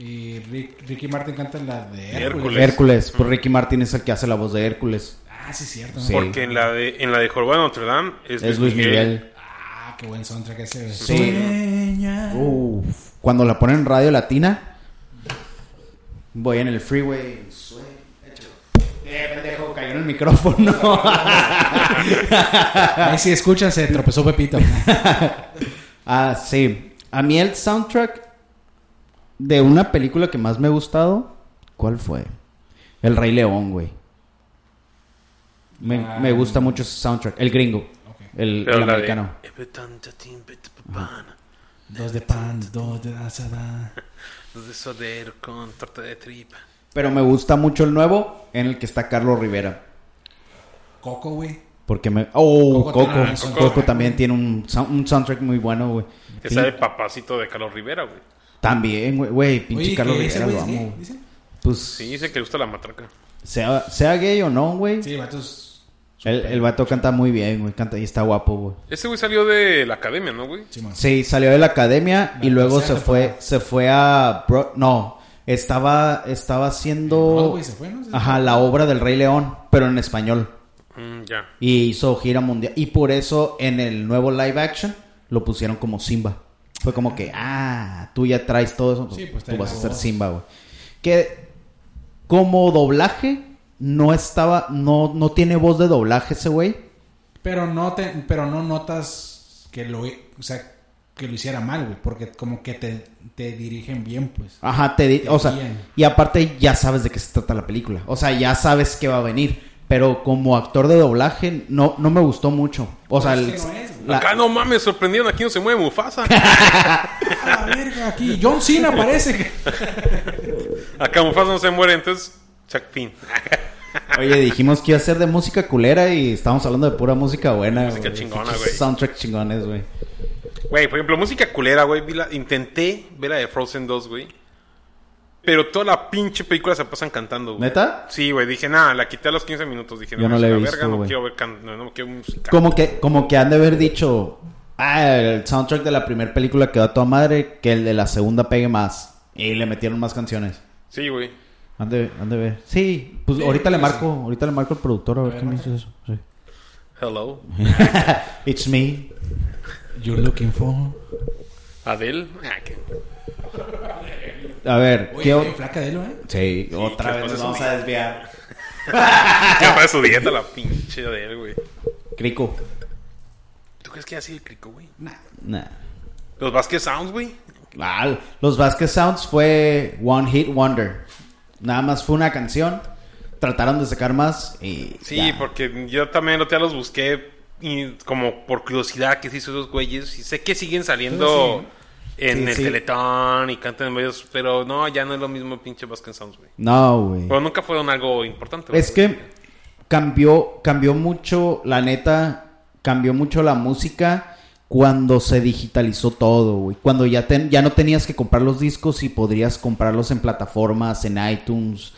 Speaker 2: Y Rick- Ricky Martin canta la de
Speaker 3: Hércules.
Speaker 2: Hércules.
Speaker 1: Hércules. Pues Ricky Martin es el que hace la voz de Hércules.
Speaker 2: Ah, sí, es cierto. ¿no?
Speaker 1: Sí.
Speaker 3: Porque en la de, en la de Jorobado de Notre Dame es,
Speaker 1: Es Luis Miguel.
Speaker 2: Ah, qué buen soundtrack ese.
Speaker 1: Sí.
Speaker 2: Sueña.
Speaker 1: Uf. Cuando la ponen en Radio Latina, voy en el freeway. sue- Eh, pendejo, cayó en el micrófono.
Speaker 2: Ahí sí escuchan, se tropezó Pepito.
Speaker 1: Ah, sí. A mí el soundtrack de una película que más me ha gustado, ¿cuál fue? El Rey León, güey. Me,
Speaker 2: Ah.
Speaker 1: me gusta mucho ese soundtrack. El gringo. El,
Speaker 3: Pero
Speaker 1: el
Speaker 3: la
Speaker 1: americano.
Speaker 3: de. Every time that thing bet the papana,
Speaker 2: dos de pan, dos de asada.
Speaker 3: los de sodero con torta de tripa.
Speaker 1: Pero me gusta mucho el nuevo en el que está Carlos Rivera.
Speaker 2: Coco, güey.
Speaker 1: Porque me... Oh,
Speaker 2: Coco
Speaker 1: Coco. Coco,
Speaker 2: también,
Speaker 3: Coco.
Speaker 1: también tiene un, sound- un soundtrack muy bueno, güey.
Speaker 3: Esa de
Speaker 1: Pin-
Speaker 3: papacito de Carlos Rivera, güey.
Speaker 1: También, güey. Güey, pinche
Speaker 2: Oye,
Speaker 1: Carlos
Speaker 2: que ese
Speaker 1: Rivera
Speaker 2: güey
Speaker 1: lo
Speaker 2: es gay,
Speaker 1: amo. güey.
Speaker 2: dicen.
Speaker 1: Pues
Speaker 3: Sí, dice que le gusta la matraca.
Speaker 1: sea, sea gay o no, güey.
Speaker 2: Sí, vatos.
Speaker 1: El, el vato canta muy bien, güey. Canta y está guapo, güey.
Speaker 3: Ese güey salió de la academia, ¿no, güey?
Speaker 2: Simón.
Speaker 1: Sí, salió de la academia y
Speaker 2: La
Speaker 1: luego se
Speaker 2: tercera
Speaker 1: fue,
Speaker 2: temporada.
Speaker 1: se fue a Bro- no, estaba, estaba haciendo
Speaker 2: Broadway se fue, ¿no? Sí.
Speaker 1: Oh. ajá, la obra del Rey León, pero en español.
Speaker 3: Mm, ya.
Speaker 1: Y hizo gira mundial. Y por eso en el nuevo live action lo pusieron como Simba. Fue como que, ah, tú ya traes todo eso.
Speaker 2: Sí, pues,
Speaker 1: tú
Speaker 2: trae
Speaker 1: vas a
Speaker 2: la
Speaker 1: ser
Speaker 2: voz.
Speaker 1: Simba, güey. Que como doblaje no estaba, no, no tiene voz de doblaje ese güey.
Speaker 2: Pero no te, pero no notas que lo, o sea, que lo hiciera mal, güey, porque como que te, te dirigen bien, pues.
Speaker 1: Ajá, te di-
Speaker 2: Te
Speaker 1: o sea,
Speaker 2: guían.
Speaker 1: y aparte ya sabes de qué se trata la película. O sea, ya sabes que va a venir. Pero como actor de doblaje, no, no me gustó mucho. O sea,
Speaker 2: es
Speaker 1: el-
Speaker 2: que no es, güey.
Speaker 1: la-
Speaker 3: Acá no mames, sorprendieron. Aquí no se mueve Mufasa.
Speaker 2: A la verga, aquí John Cena parece.
Speaker 3: Acá Mufasa no se muere, entonces. Chuck Finn.
Speaker 1: oye, dijimos que iba a ser de música culera y estamos hablando de pura música buena.
Speaker 3: Música
Speaker 1: güey.
Speaker 3: chingona,
Speaker 1: Pinches
Speaker 3: güey.
Speaker 1: Soundtrack chingones, güey.
Speaker 3: Güey, por ejemplo, música culera, güey. vi la- Intenté ver la de Frozen 2, güey. Pero toda la pinche película se pasan cantando, güey.
Speaker 1: ¿Neta?
Speaker 3: Sí, güey. Dije, nada, la quité a los 15 minutos. Dije,
Speaker 1: Yo no
Speaker 3: es
Speaker 1: la he
Speaker 3: una
Speaker 1: visto,
Speaker 3: no
Speaker 1: güey.
Speaker 3: quiero ver can- no, no quiero música.
Speaker 1: Como que, como que han de haber dicho, ah, el soundtrack de la primera película quedó a toda madre, que el de la segunda pegue más. Y le metieron más canciones.
Speaker 3: Sí, güey.
Speaker 1: Han de, han de ver. Sí, pues
Speaker 2: Sí,
Speaker 1: ahorita
Speaker 2: creo
Speaker 1: le
Speaker 2: que sí.
Speaker 1: marco, ahorita le marco al productor a ver
Speaker 2: ver,
Speaker 1: qué me dice eso. Sí.
Speaker 3: Hello.
Speaker 1: It's me.
Speaker 2: You're looking for.
Speaker 3: Adele. Ah, qué-
Speaker 1: A ver,
Speaker 2: Oye,
Speaker 1: ¿qué o-
Speaker 2: bien flaca de él, ¿eh?
Speaker 1: Sí,
Speaker 3: ¿qué
Speaker 1: otra vez
Speaker 3: pasa
Speaker 1: nos
Speaker 3: esa
Speaker 1: vamos a desviar.
Speaker 3: Ya para su dieta la pinche Adele, güey.
Speaker 1: Crico.
Speaker 3: ¿Tú crees que así el crico, güey?
Speaker 1: Nah.
Speaker 3: Los Vasquez Sounds, güey.
Speaker 1: Ah, los Vasquez Sounds fue One Hit Wonder. Nada más fue una canción. Trataron de sacar más y.
Speaker 3: Sí,
Speaker 1: ya.
Speaker 3: porque yo también los ya los busqué y como por curiosidad que se hizo esos güeyes y sé que siguen saliendo en
Speaker 1: Sí,
Speaker 3: el
Speaker 1: sí.
Speaker 3: Teletón y cantan en varios, pero no, ya no es lo mismo pinche Vasquez Sounds, güey.
Speaker 1: No, güey.
Speaker 3: Pero nunca fueron algo importante.
Speaker 1: Es
Speaker 3: güey.
Speaker 1: que cambió, cambió mucho, la neta, cambió mucho la música cuando se digitalizó todo, güey. Cuando ya, ten- ya no tenías que comprar los discos y podrías comprarlos en plataformas, en iTunes,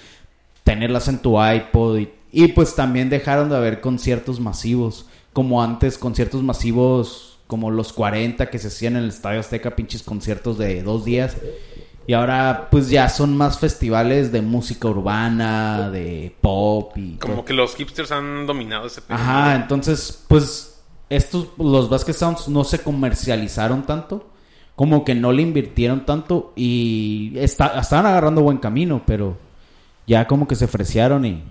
Speaker 1: tenerlas en tu iPod. Y, y, pues también dejaron de haber conciertos masivos, como antes, conciertos masivos como los 40 que se hacían en el Estadio Azteca, pinches conciertos de dos días. Y ahora pues ya son más festivales de música urbana, de pop y...
Speaker 3: Como que los hipsters han dominado ese pedo.
Speaker 1: Ajá, entonces pues estos, los Vasquez Sounds no se comercializaron tanto, como que no le invirtieron tanto y está, estaban agarrando buen camino, pero ya como que se freciaron y...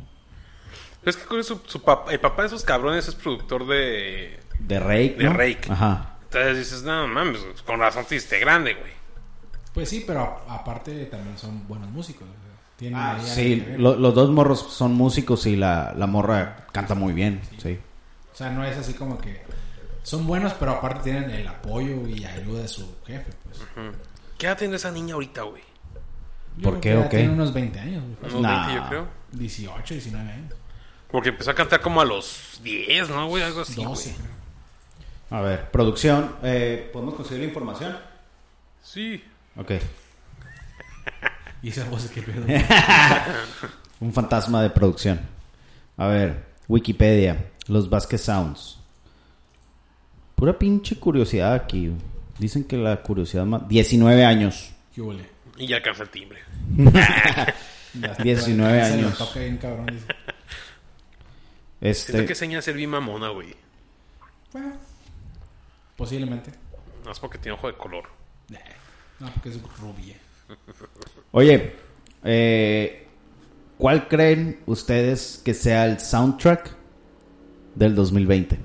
Speaker 3: Pero es que curioso, su pap- el papá de esos cabrones es productor de
Speaker 1: De Rake,
Speaker 3: De
Speaker 1: ¿no?
Speaker 3: Rake.
Speaker 1: Ajá.
Speaker 3: Entonces dices, no mames, con razón te hiciste grande, güey.
Speaker 2: Pues sí, pero a- aparte también son buenos músicos. o sea, Tienen
Speaker 1: Ah,
Speaker 2: ahí
Speaker 1: sí,
Speaker 2: algo que ver.
Speaker 1: lo- los dos morros son músicos y la, la morra canta muy bien, sí.
Speaker 2: O sea, no es así como que son buenos, pero aparte tienen el apoyo y ayuda de su jefe, pues.
Speaker 3: ¿Qué edad tiene esa niña ahorita, güey?
Speaker 2: Yo
Speaker 1: ¿Por
Speaker 2: creo
Speaker 1: qué
Speaker 2: que
Speaker 1: o
Speaker 2: ya
Speaker 1: qué?
Speaker 2: Tiene unos 20 años, güey.
Speaker 3: Unos
Speaker 1: Nah.
Speaker 3: 20, yo creo.
Speaker 2: 18, 19 años.
Speaker 3: Porque empezó a cantar como a los 10, ¿no, güey? Algo así,
Speaker 2: 12.
Speaker 3: güey.
Speaker 2: creo.
Speaker 1: A ver, producción, eh, ¿podemos conseguir la información?
Speaker 3: Sí.
Speaker 1: Ok.
Speaker 2: Y esa voz que pedo.
Speaker 1: Un fantasma de producción. A ver, Wikipedia, los Vasquez Sounds. Pura pinche curiosidad aquí. güey. Dicen que la curiosidad más... 19 años.
Speaker 2: ¿Qué huele?
Speaker 3: Y ya alcanza el timbre.
Speaker 1: 19
Speaker 2: Se lo
Speaker 1: años.
Speaker 2: toca bien cabrón. dice.
Speaker 1: Este,
Speaker 3: Siento que seña ser bien mamona, güey.
Speaker 2: Bueno, posiblemente. Eh,
Speaker 3: No es porque tiene ojo de color.
Speaker 2: No, porque es rubia.
Speaker 1: Oye, eh, ¿cuál creen ustedes que sea el soundtrack del 2020?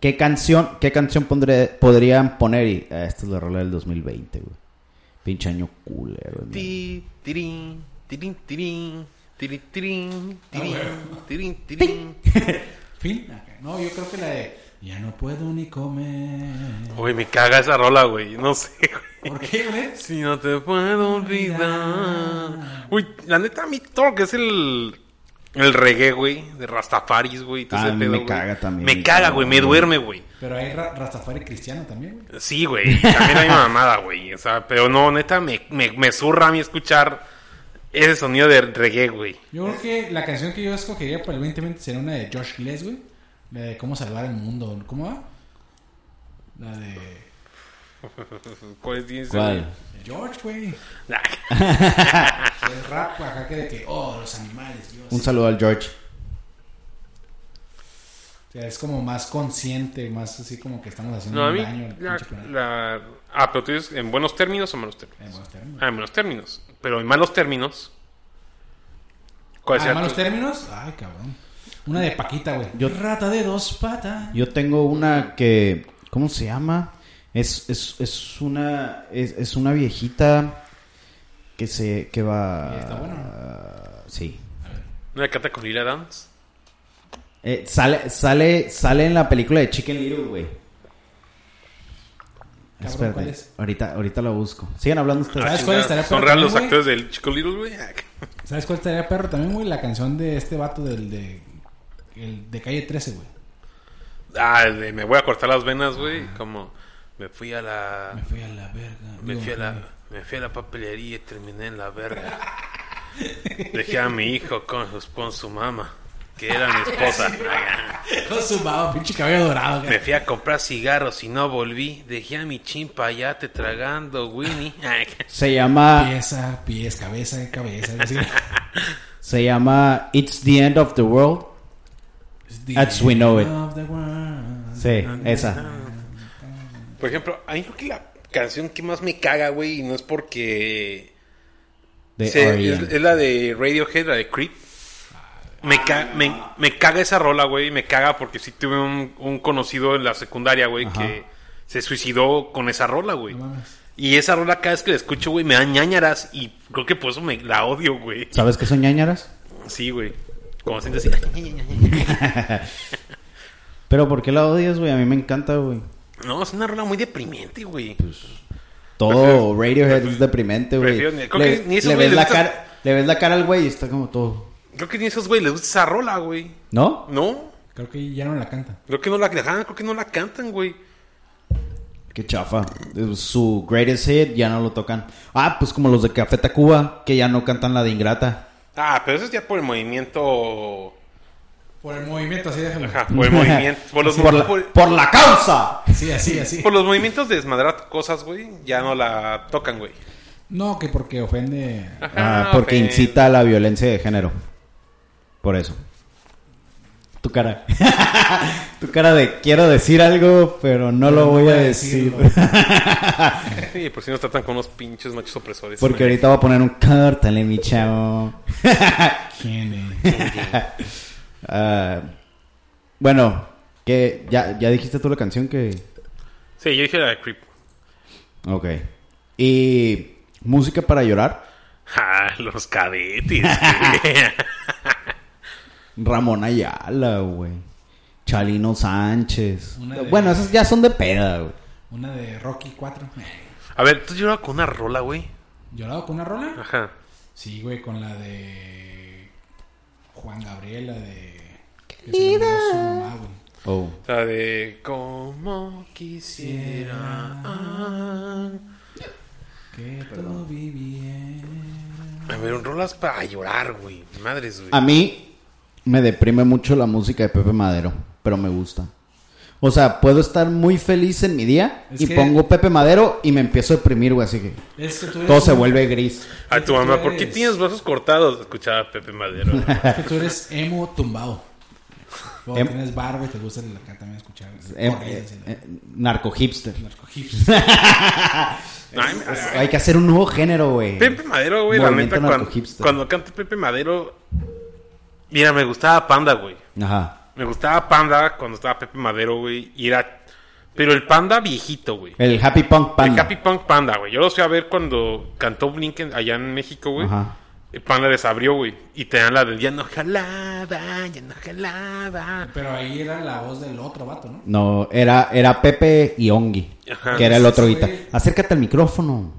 Speaker 1: ¿Qué canción, qué canción pondré- podrían poner? Y, ah, esta es la rola del 2020, güey. Pinche año culero. ¿no?
Speaker 3: Ti, tirín, tirín, tirín, tirín, tirín, tirín, tirín, tirín.
Speaker 2: Fin. acá. No, yo creo que la de Ya no puedo ni comer.
Speaker 3: Güey, me caga esa rola, güey. No sé, güey.
Speaker 2: ¿Por qué, güey?
Speaker 3: Si no te puedo olvidar. Uy, la neta, a mí todo lo que es el. El reggae, güey. De Rastafaris, güey. todo
Speaker 1: Ah,
Speaker 3: ese
Speaker 1: me
Speaker 3: güey.
Speaker 1: caga también,
Speaker 3: Me
Speaker 1: me
Speaker 3: caga,
Speaker 1: caga,
Speaker 3: güey. Me
Speaker 1: güey.
Speaker 3: duerme, güey.
Speaker 2: Pero hay ra- Rastafari cristiano también, güey.
Speaker 3: Sí, güey. También hay mamada, güey. O sea, pero no, neta, me, me, me zurra a mí escuchar ese sonido de reggae, güey.
Speaker 2: Yo creo que la canción que yo escogería para el 2020 sería una de Josh Gless, güey. La de Cómo salvar el mundo. ¿Cómo va? La de
Speaker 3: ¿Cuál es ese,
Speaker 1: ¿Cuál?
Speaker 2: George, güey.
Speaker 3: güey? Nah.
Speaker 2: El rap güey, acá que de que, oh, los animales, Dios.
Speaker 1: Un saludo al George.
Speaker 2: O sea, es como más consciente, más así como que estamos haciendo
Speaker 3: No, a
Speaker 2: un
Speaker 3: mí.
Speaker 2: daño al
Speaker 3: la-
Speaker 2: pinche planeta.
Speaker 3: la- Ah, pero tú dices en buenos términos o malos términos.
Speaker 2: En buenos términos.
Speaker 3: Ah, en buenos términos. Pero en malos términos. ¿Cuál
Speaker 2: Ah,
Speaker 3: sería
Speaker 2: en malos
Speaker 3: tu-
Speaker 2: términos? Ay, cabrón. Una de Paquita, güey.
Speaker 1: Yo-
Speaker 2: Rata de dos patas.
Speaker 1: Yo tengo una que. ¿Cómo se llama? Es, es, es una. Es, es una viejita que se. que va.
Speaker 2: ¿Y está bueno?
Speaker 1: Sí.
Speaker 3: ¿Una canta con Lila Downs?
Speaker 1: Eh, sale, sale, sale en la película de Chicken Little, güey.
Speaker 2: Cabrón,
Speaker 1: Espérate,
Speaker 2: ¿cuál es? Ah,
Speaker 1: Ahorita, ahorita lo busco. Sigan hablando ustedes.
Speaker 2: ¿Sabes cuál estaría
Speaker 3: ¿Son
Speaker 2: perro
Speaker 3: reales los
Speaker 2: también, güey?
Speaker 3: actores del Chico Little, güey? Ah,
Speaker 2: ¿Sabes cuál estaría perro también, güey? La canción de este vato del de. El de calle 13, güey.
Speaker 3: Ah, el de me voy a cortar las venas, güey. Como me fui a la.
Speaker 2: Me fui a la verga.
Speaker 3: Me
Speaker 2: Digo,
Speaker 3: fui a la, me fui a la papelería y terminé en la verga. Dejé a mi hijo con, con su mamá, que era mi esposa.
Speaker 2: Con su babo, pinche cabello dorado,
Speaker 3: Me
Speaker 2: güey.
Speaker 3: fui a comprar cigarros y no volví. Dejé a mi chimpa allá te tragando, Winnie.
Speaker 1: Se llama,
Speaker 2: Pieza, pies, cabeza, cabeza. Así.
Speaker 1: se llama It's the End of the World.
Speaker 2: It's the
Speaker 1: As we know it.
Speaker 2: end of the world.
Speaker 1: Sí, esa.
Speaker 3: Por ejemplo, a mí creo que la canción que más me caga, güey, y no es porque...
Speaker 1: De E
Speaker 3: se-
Speaker 1: R.E.M..
Speaker 3: es, es la de Radiohead, la de Creep. Me, ca- me, me caga esa rola, güey. Me caga porque sí tuve un, un conocido en la secundaria, güey,
Speaker 1: Ajá.
Speaker 3: que se suicidó con esa rola, güey.
Speaker 2: No mames.
Speaker 3: Y esa rola cada vez que la escucho, güey, me da ñañaras y creo que por eso me la odio, güey.
Speaker 1: ¿Sabes qué son ñañaras?
Speaker 3: Sí, güey. Como sientes así.
Speaker 1: Pero ¿por qué la odias, güey? A mí me encanta, güey.
Speaker 3: No, es una rola muy deprimente, güey.
Speaker 1: Todo Radiohead es deprimente, güey.
Speaker 3: prefiero ni-
Speaker 1: Le,
Speaker 3: creo que ni esos
Speaker 1: le ves
Speaker 3: güeyes
Speaker 1: la
Speaker 3: les gusta-
Speaker 1: cara, le ves la cara al güey y está como todo.
Speaker 3: Creo que ni a esos güey les gusta esa rola, güey.
Speaker 1: ¿No?
Speaker 3: No,
Speaker 2: Creo que ya no la canta.
Speaker 3: creo que no la dejan, creo que no la cantan, güey.
Speaker 1: Qué chafa. Su greatest hit ya no lo tocan. Ah, pues como los de Café Tacuba, que ya no cantan la de Ingrata.
Speaker 3: Ah, pero eso es ya por el movimiento.
Speaker 2: Por el movimiento, así déjalo.
Speaker 3: Ajá, por el movimiento. Por los, Ah,
Speaker 1: la,
Speaker 3: por-
Speaker 1: por la causa.
Speaker 2: Sí, así, así.
Speaker 3: por los movimientos de desmadrar cosas, güey. Ya no la tocan, güey.
Speaker 2: No, que porque ofende.
Speaker 3: Ajá,
Speaker 1: Ah, porque
Speaker 3: ofen-
Speaker 1: incita a la violencia de género. Por eso. Tu cara. tu cara de quiero decir algo, pero no lo voy a decir.
Speaker 3: Sí, por si nos tratan con unos pinches machos opresores.
Speaker 1: Porque ahorita va a poner un córtale, mi chavo.
Speaker 2: ¿Quién es?
Speaker 1: Ah, bueno, Que ya, ya dijiste tú la canción que.
Speaker 3: Sí, yo dije la de Creep.
Speaker 1: Ok. Y. Música para llorar.
Speaker 3: Ah, los cadetes. güey.
Speaker 1: Ramón Ayala, güey. Chalino Sánchez.
Speaker 2: Una de-
Speaker 1: Bueno, esas ya son de peda, güey.
Speaker 2: Una de Rocky 4.
Speaker 3: A ver, ¿tú llorabas con una rola, güey?
Speaker 2: ¿Llorado con una rola?
Speaker 3: Ajá.
Speaker 2: Sí, güey, con la de Juan Gabriel, la de... que se murió su mamá, güey.
Speaker 1: Oh.
Speaker 3: La de como quisiera. ah.
Speaker 2: Que todo viviera.
Speaker 3: A ver, rolas para llorar, güey. Madres, güey.
Speaker 1: A mí me deprime mucho la música de Pepe Madero, pero me gusta. O sea, puedo estar muy feliz en mi día
Speaker 2: Es
Speaker 1: y
Speaker 2: que-
Speaker 1: pongo Pepe Madero y me empiezo a deprimir, güey, así que
Speaker 2: Es que tú eres
Speaker 1: todo se
Speaker 2: un-
Speaker 1: vuelve gris.
Speaker 3: A tu mamá, ¿por qué
Speaker 2: Tú eres-
Speaker 3: tienes brazos cortados? Escuchaba a Pepe Madero. güey.
Speaker 2: Es que tú eres emo tumbado. Luego
Speaker 1: Em-
Speaker 2: tienes barba y te gusta el- acá también escuchar.
Speaker 1: Em-
Speaker 2: corridas y la-
Speaker 1: eh, eh, narco hipster.
Speaker 2: narcohips.
Speaker 3: Ay, ay, ay.
Speaker 1: Hay que hacer un nuevo género, güey.
Speaker 3: Pepe Madero, güey, la
Speaker 1: Movimiento
Speaker 3: neta, cuando,
Speaker 1: narco-hipster.
Speaker 3: cuando canta Pepe Madero. Mira, me gustaba Panda, güey.
Speaker 1: Ajá.
Speaker 3: Me gustaba Panda cuando estaba Pepe Madero, güey. Y era. Pero el Panda viejito, güey.
Speaker 1: El Happy Punk Panda.
Speaker 3: El Happy Punk Panda, güey. Yo los fui a ver cuando cantó Blink en- allá en México, güey.
Speaker 1: Ajá.
Speaker 3: El Panda les abrió, güey. Y te dan la del ya no jalada, ya no jalada.
Speaker 2: Pero ahí era la voz del otro vato, ¿no?
Speaker 1: No, era, era Pepe y Ongi,
Speaker 3: Ajá.
Speaker 1: que era el otro
Speaker 2: Sí,
Speaker 1: guitar.
Speaker 2: güey.
Speaker 1: Acércate al micrófono.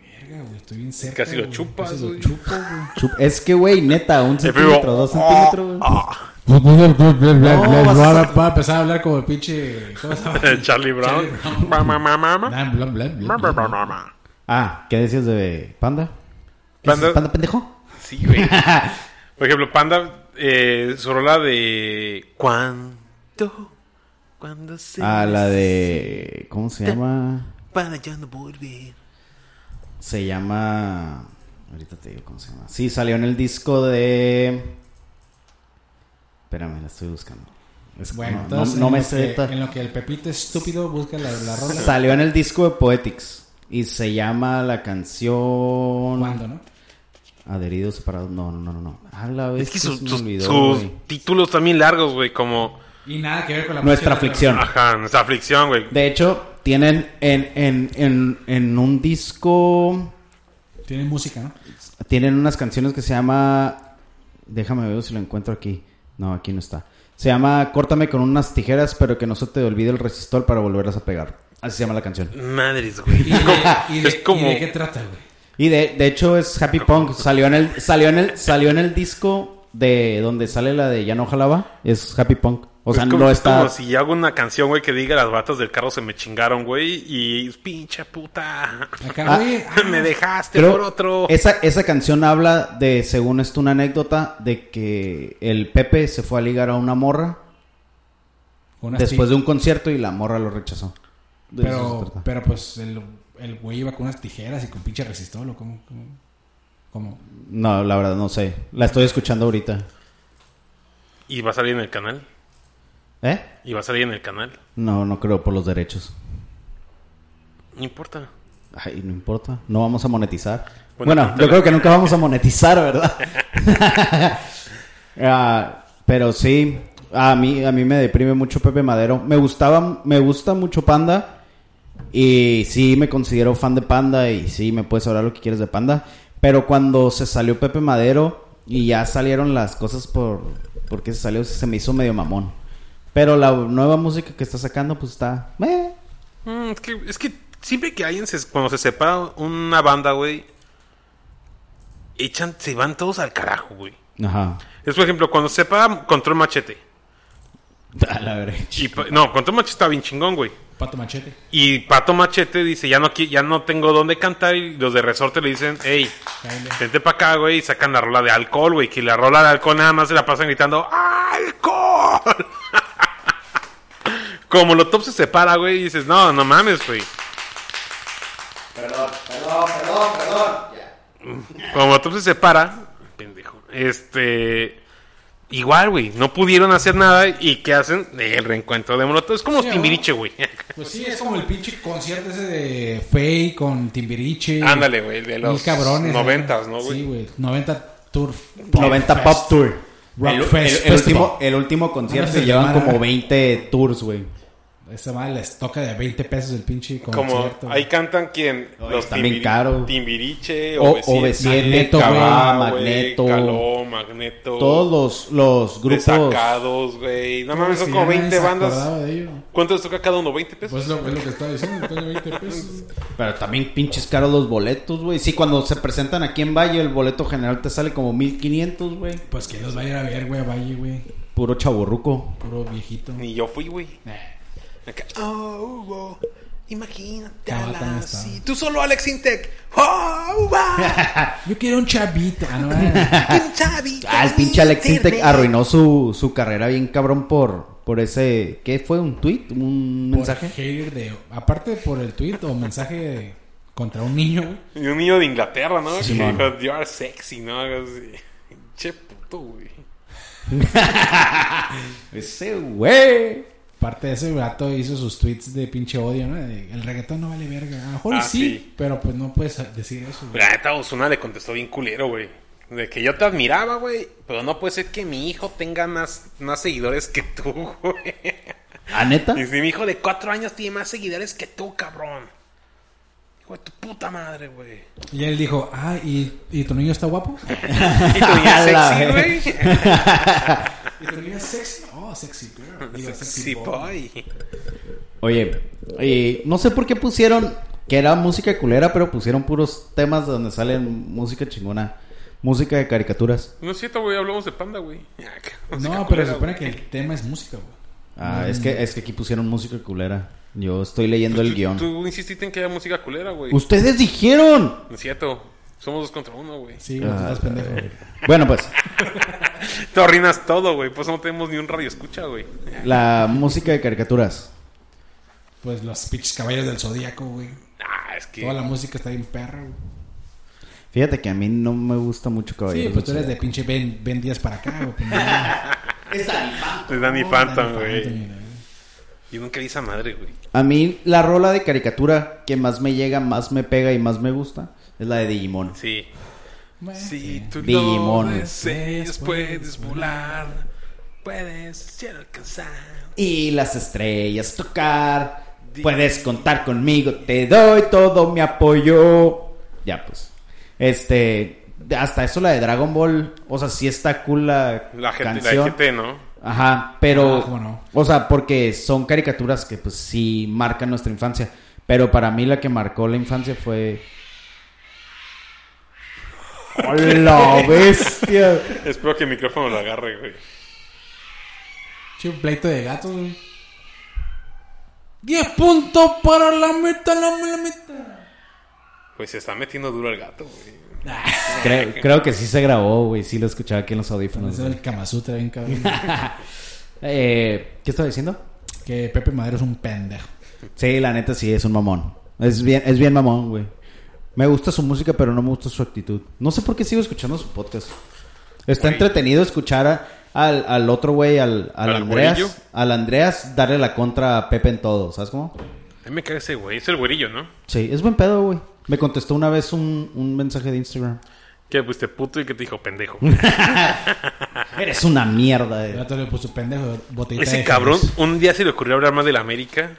Speaker 2: Verga, güey, estoy bien cerca.
Speaker 3: Casi lo
Speaker 2: güey.
Speaker 3: chupas,
Speaker 2: Casi
Speaker 3: güey.
Speaker 2: lo chupo, güey.
Speaker 1: Chup- Es que, güey, neta, un
Speaker 3: El primo,
Speaker 1: centímetro, dos centímetros. güey.
Speaker 3: ah,
Speaker 1: No, vas a-
Speaker 2: Ahora va a empezar a hablar como el pinche. ¿Cómo se llama?
Speaker 3: ah. Charlie Brown. Ma, ma, ma, ma, ma.
Speaker 2: Nah, bla, bla, bla,
Speaker 3: Ma, ma,
Speaker 2: bla.
Speaker 3: ma, ma, ma.
Speaker 1: Ah, ¿qué decías de Panda? ¿Qué
Speaker 3: Panda-
Speaker 1: dices, ¿Panda pendejo?
Speaker 3: Sí, güey. Por ejemplo, Panda, eh, su rola de. ¿Cuánto? Cuando se.
Speaker 1: Ah, la de... ¿Cómo se llama?
Speaker 4: Para ya no volver.
Speaker 1: Se llama... Ahorita te digo cómo se llama. Sí, salió en el disco de... Espérame, la estoy buscando. Es que
Speaker 2: Bueno,
Speaker 1: no-
Speaker 2: entonces.
Speaker 1: no, no
Speaker 2: en
Speaker 1: me
Speaker 2: lo
Speaker 1: sé...
Speaker 2: que-
Speaker 1: ta-
Speaker 2: En lo que el Pepito estúpido busca la, la rola.
Speaker 1: Salió en el disco de Poetics. Y se llama la canción...
Speaker 2: ¿Cuándo, no?
Speaker 1: Adheridos, separados. No, no, no, no, no. A la vez
Speaker 3: Es
Speaker 1: que
Speaker 3: que sus,
Speaker 1: se me
Speaker 3: sus-
Speaker 1: olvidó,
Speaker 3: sus
Speaker 1: güey.
Speaker 3: títulos también largos, güey, como.
Speaker 2: Y nada que ver con la
Speaker 1: Nuestra
Speaker 2: música.
Speaker 1: aflicción.
Speaker 3: Ajá, nuestra aflicción, güey.
Speaker 1: De hecho, tienen en, en, en, en un disco.
Speaker 2: Tiene música, ¿no?
Speaker 1: Tienen unas canciones que se llama. Déjame ver si lo encuentro aquí. No, aquí no está. Se llama Córtame con unas tijeras, pero que no se te olvide el resistor para volverlas a pegar. Así se llama la canción.
Speaker 3: Madres, güey.
Speaker 2: ¿Y de, y de-
Speaker 3: es como.
Speaker 2: ¿y de qué trata, güey?
Speaker 1: Y de, de hecho es Happy Punk. Salió en el, salió en el, salió en el disco de donde sale la de Ya no jalaba. Es Happy Punk. O sea,
Speaker 3: es Pues como,
Speaker 1: no
Speaker 3: es
Speaker 1: está.
Speaker 3: como si yo hago una canción, güey, que diga las batas del carro se me chingaron, güey, y pinche puta.
Speaker 2: Acá,
Speaker 1: Ah,
Speaker 2: güey.
Speaker 3: me dejaste
Speaker 1: Creo-
Speaker 3: por otro.
Speaker 1: Esa, esa canción habla de, según esto, una anécdota de que el Pepe se fue a ligar a una morra
Speaker 2: Una
Speaker 1: después de un concierto y la morra lo rechazó. De eso se
Speaker 2: Ah, Pero,
Speaker 1: trata.
Speaker 2: pero pues el, el güey iba con unas tijeras y con pinche resistol o como, como,
Speaker 1: No, la verdad no sé. La estoy escuchando ahorita.
Speaker 3: Y va a salir en el canal.
Speaker 1: ¿Eh?
Speaker 3: Y va a salir en el canal.
Speaker 1: No, no creo por los derechos.
Speaker 3: No importa.
Speaker 1: Ay, no importa. No vamos a monetizar.
Speaker 3: Bueno,
Speaker 1: Bueno,
Speaker 3: cuéntala.
Speaker 1: yo creo que nunca vamos a monetizar, ¿verdad? Ah, pero sí, a mí, a mí me deprime mucho Pepe Madero. Me gustaba, me gusta mucho Panda. Y sí, me considero fan de Panda. Y sí, me puedes hablar lo que quieres de Panda. Pero cuando se salió Pepe Madero y ya salieron las cosas por, por qué se salió, se me hizo medio mamón. Pero la nueva música que está sacando, pues está. meh.
Speaker 3: Mm, es, que, es que siempre que alguien se, cuando se separa una banda, güey, echan, se van todos al carajo, güey.
Speaker 1: Ajá.
Speaker 3: Es por ejemplo, cuando se separa Control Machete.
Speaker 1: A la derecha.
Speaker 3: Y pa- no, Control Machete está bien chingón, güey.
Speaker 2: Pato Machete.
Speaker 3: Y Pato Machete dice, ya no, qui- ya no tengo dónde cantar. Y los de Resorte le dicen, hey,
Speaker 2: Cáele.
Speaker 3: vente para acá, güey. Y sacan la rola de alcohol, güey. Que la rola de alcohol nada más se la pasan gritando, ¡Alcohol! Como lo top se separa, güey. Y dices, no, no mames, güey.
Speaker 4: Perdón, perdón, perdón.
Speaker 3: Como tú se separa, pendejo, este. Igual, güey, no pudieron hacer nada y ¿qué hacen? El reencuentro de Molotov. Es como
Speaker 2: Sí,
Speaker 3: Timbiriche, güey.
Speaker 2: Pues sí, es como el pinche concierto ese de Fey con Timbiriche.
Speaker 3: Ándale, güey, de
Speaker 2: Mil
Speaker 3: los
Speaker 2: cabrones.
Speaker 3: noventas,
Speaker 2: eh.
Speaker 3: ¿no,
Speaker 2: Sí,
Speaker 3: güey?
Speaker 2: güey. 90 Tour.
Speaker 1: 90 Pop
Speaker 2: Fest.
Speaker 1: Tour. el,
Speaker 2: Rock Fest
Speaker 1: el- el
Speaker 2: Festival.
Speaker 1: último, el último concierto
Speaker 2: Ándale,
Speaker 1: y llevan
Speaker 2: semana.
Speaker 1: como 20 tours, güey.
Speaker 2: Esa madre les toca de 20 pesos el pinche
Speaker 3: Como
Speaker 2: concierto.
Speaker 3: ahí cantan quien
Speaker 1: Oye,
Speaker 3: los
Speaker 1: están bien
Speaker 3: Timbiri-
Speaker 1: caros.
Speaker 3: Timbiriche,
Speaker 1: O-
Speaker 3: OV7,
Speaker 1: OV7,
Speaker 3: Magneto,
Speaker 1: Cabá,
Speaker 3: güey,
Speaker 1: Magneto.
Speaker 3: Caló, Magneto,
Speaker 1: Todos los, los grupos.
Speaker 3: Desacados, güey. No mames, son
Speaker 2: Sí,
Speaker 3: como
Speaker 2: nadie
Speaker 3: 20
Speaker 2: se
Speaker 3: bandas.
Speaker 2: acordaba de ello.
Speaker 3: ¿Cuánto les toca cada uno? ¿20 pesos?
Speaker 2: Pues lo, es lo que estaba diciendo, le toca 20 pesos.
Speaker 1: Pero también pinches caros los boletos, güey. Sí, cuando se presentan aquí en Valle, el boleto general te sale como 1500, güey.
Speaker 2: Pues que los va a ir a ver, güey, a Valle, güey.
Speaker 1: Puro chaburruco.
Speaker 2: Puro viejito.
Speaker 3: Ni yo fui, güey.
Speaker 2: Nah.
Speaker 3: Acá, Oh, Hugo, imagínate
Speaker 2: Ah,
Speaker 3: a la-
Speaker 2: también está.
Speaker 3: sí, Tú solo, Alex Intec. ¡Oh, Hugo!
Speaker 2: Yo quiero un chavito. Ah, no, eh.
Speaker 3: ¡Qué chavito!
Speaker 1: Ah, el pinche Alex Intec
Speaker 3: Internet.
Speaker 1: arruinó su, su carrera bien cabrón por, por ese... ¿Qué fue? ¿Un tweet? ¿Un
Speaker 2: Por
Speaker 1: mensaje?
Speaker 2: hater de. Aparte por el tweet o mensaje de- contra un niño, güey.
Speaker 3: Y un niño de Inglaterra, ¿no?
Speaker 1: Sí,
Speaker 3: que
Speaker 1: man.
Speaker 3: dijo, you are sexy, ¿no? Algo así. Che puto, güey.
Speaker 1: Ese güey.
Speaker 2: Aparte de ese vato hizo sus tweets de pinche odio, ¿no? De, el reggaetón no vale verga. A lo mejor
Speaker 3: Ah,
Speaker 2: sí,
Speaker 3: sí.
Speaker 2: pero pues no puedes decir eso, güey.
Speaker 3: La neta, Ozuna le contestó bien culero, güey.
Speaker 5: De que yo te admiraba, güey. Pero no puede ser que mi hijo tenga más, más seguidores que tú, güey.
Speaker 1: ¿A neta?
Speaker 5: Y si mi hijo de cuatro años tiene más seguidores que tú, cabrón. Hijo de tu puta madre, güey.
Speaker 2: Y él dijo, ah, ¿y, y tu niño está guapo?
Speaker 5: Y tu niña
Speaker 1: A la
Speaker 5: sexy,
Speaker 1: vez.
Speaker 5: güey.
Speaker 2: ¿Y tu niño es sexy? Oh, sexy girl. Digo,
Speaker 5: Sí, boy.
Speaker 1: Oye, eh, no sé por qué pusieron que era música culera, pero pusieron puros temas donde salen música chingona. Música de caricaturas.
Speaker 3: No es cierto, güey. Hablamos de panda, güey. Pues
Speaker 2: No, pero se supone que el tema es música, güey.
Speaker 1: Ah,
Speaker 2: Mm.
Speaker 1: es que es que aquí pusieron música culera. Yo estoy leyendo el guión.
Speaker 3: Tú insististe en que era música culera, güey.
Speaker 1: ¡Ustedes dijeron!
Speaker 3: No es cierto. Somos dos contra uno, güey.
Speaker 2: Sí, güey, tú estás pendejo. güey.
Speaker 1: Bueno, pues,
Speaker 3: Te arruinas todo, güey. Pues no tenemos ni un radio escucha, güey.
Speaker 1: la música de caricaturas.
Speaker 2: Pues los pinches caballos del zodíaco, güey.
Speaker 3: Ah, es que.
Speaker 2: Toda la música está bien perra, güey.
Speaker 1: Fíjate que a mí no me gusta mucho Caballeros.
Speaker 2: Sí, pues tú
Speaker 1: del
Speaker 2: eres de pinche Ben, ben Díaz para acá, güey. pues, no,
Speaker 3: Es Oh, Danny Phantom,
Speaker 2: no,
Speaker 3: güey.
Speaker 2: no, no, no.
Speaker 3: Yo nunca vi esa madre, güey.
Speaker 1: Zodiaco. A mí la rola de caricatura que más me llega, más me pega y más me gusta es la de Digimon.
Speaker 3: Sí.
Speaker 2: Bueno,
Speaker 3: Si tú
Speaker 1: Digimon.
Speaker 3: lo deseas, puedes volar. Puedes llegar a alcanzar.
Speaker 1: Y las estrellas tocar. Puedes contar conmigo, te doy todo mi apoyo. Ya pues. Este, hasta eso la de Dragon Ball, o sea, sí está cool la,
Speaker 3: La gente, la
Speaker 1: canción.
Speaker 3: gente, ¿no?
Speaker 1: Ajá, pero
Speaker 2: Ah, ¿cómo no?
Speaker 1: o sea, porque son caricaturas que pues sí marcan nuestra infancia, pero para mí la que marcó la infancia fue ¡Hola, bestia!
Speaker 3: Espero que el micrófono lo agarre, güey.
Speaker 2: Che, un pleito de gatos, güey. 10 puntos para la meta, la, la meta.
Speaker 3: Pues se está metiendo duro el gato, güey.
Speaker 1: Creo, creo que sí se grabó, güey, sí lo escuchaba aquí en los audífonos.
Speaker 2: Eso
Speaker 1: güey.
Speaker 2: el Kama Sutra, bien cabrón.
Speaker 1: Eh, ¿qué estaba diciendo?
Speaker 2: que Pepe Madero es un pendejo.
Speaker 1: Sí, la neta sí es un mamón. Es bien, es bien mamón, güey. Me gusta su música, pero no me gusta su actitud. No sé por qué sigo escuchando su podcast. Está entretenido escuchar a- al, al otro güey, al, al
Speaker 3: ¿Al
Speaker 1: Andreas.
Speaker 3: güerillo?
Speaker 1: Al Andreas darle la contra a Pepe en todo, ¿sabes cómo?
Speaker 3: A mí me cae ese güey. Es el güerillo, ¿no?
Speaker 1: Sí, es buen pedo, güey. Me contestó una vez un, un mensaje de Instagram.
Speaker 3: Que fuiste Pues este puto y que te dijo pendejo.
Speaker 1: Eres una mierda.
Speaker 2: El
Speaker 1: eh.
Speaker 2: gato le puso pendejo, botellita
Speaker 3: Ese
Speaker 2: de
Speaker 3: cabrón,
Speaker 2: Jerez.
Speaker 3: un día se le ocurrió hablar más de la América.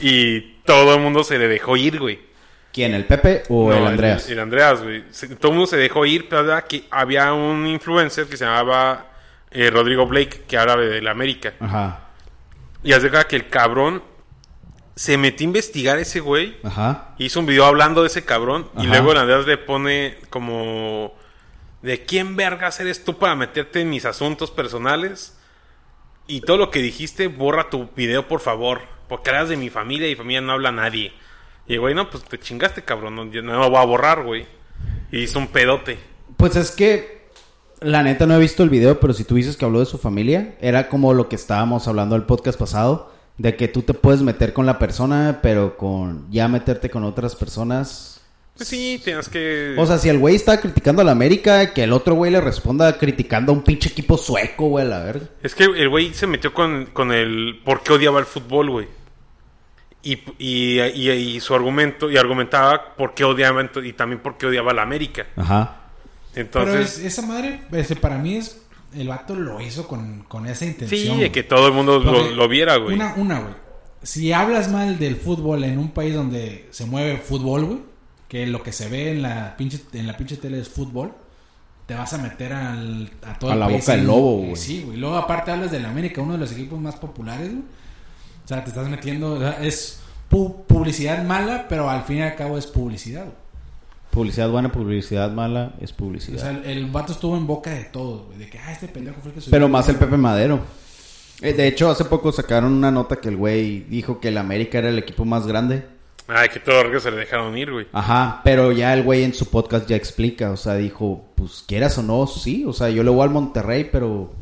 Speaker 3: Y todo el mundo se le dejó ir, güey.
Speaker 1: ¿Quién? ¿El Pepe o
Speaker 3: No,
Speaker 1: el Andreas?
Speaker 3: El, Andreas, güey. Se- Todo el mundo se dejó ir, pero era que había un influencer que se llamaba eh, Rodrigo Blake, que habla de la América.
Speaker 1: Ajá,
Speaker 3: Y acerca que el cabrón se metió a investigar a ese güey.
Speaker 1: ajá.
Speaker 3: Hizo un video hablando de ese cabrón. Y
Speaker 1: Ajá.
Speaker 3: luego el Andreas le pone como... ¿De quién vergas eres tú para meterte en mis asuntos personales? Y todo lo que dijiste, borra tu video, por favor. Porque eras de mi familia y mi familia no habla a nadie. Y el güey, no, pues te chingaste, cabrón. No, yo no lo voy a borrar, güey. Y hizo un pedote.
Speaker 1: Pues es que la neta no he visto el video, pero si tú dices que habló de su familia, era como lo que estábamos hablando el podcast pasado, de que tú te puedes meter con la persona, pero con ya meterte con otras personas.
Speaker 3: Pues sí, tienes que...
Speaker 1: O sea, si el güey está criticando a la América, que el otro güey le responda criticando a un pinche equipo sueco, güey, a la verga.
Speaker 3: Es que el güey se metió con, con el por qué odiaba el fútbol, güey. Y, y, y- y su argumento, y argumentaba por qué odiaba, ento- y también por qué odiaba a la América.
Speaker 1: Ajá.
Speaker 3: Entonces,
Speaker 2: Pero es- esa madre, ese para mí es el vato lo hizo con, con esa intención.
Speaker 3: Sí, de
Speaker 2: güey.
Speaker 3: que todo el mundo lo,
Speaker 2: Porque
Speaker 3: lo viera, güey.
Speaker 2: Una, una, güey. Si hablas mal del fútbol en un país donde se mueve fútbol, güey, que lo que se ve en la pinche, en la pinche tele es fútbol, te vas a meter al, a todo
Speaker 1: A
Speaker 2: el
Speaker 1: la
Speaker 2: país
Speaker 1: boca del
Speaker 2: en-
Speaker 1: lobo,
Speaker 2: eh,
Speaker 1: güey.
Speaker 2: Sí, güey. Luego, aparte, hablas del América, uno de los equipos más populares, güey. O sea, te estás metiendo. o sea, es pu- publicidad mala, pero al fin y al cabo es publicidad, güey.
Speaker 1: Publicidad buena, publicidad mala es
Speaker 2: O
Speaker 1: publicidad.
Speaker 2: sea, el, el vato estuvo en boca de todos, güey. De que, ah, este pendejo fue el que subió.
Speaker 1: Pero más el Pepe Madero. Eh, De hecho, hace poco sacaron una nota que el güey dijo que el América era el equipo más grande.
Speaker 3: Ay, que todo que se le dejaron ir, güey.
Speaker 1: Ajá, pero ya el güey en su podcast ya explica, o sea, dijo, pues quieras o no, sí, o sea, yo le voy al Monterrey, pero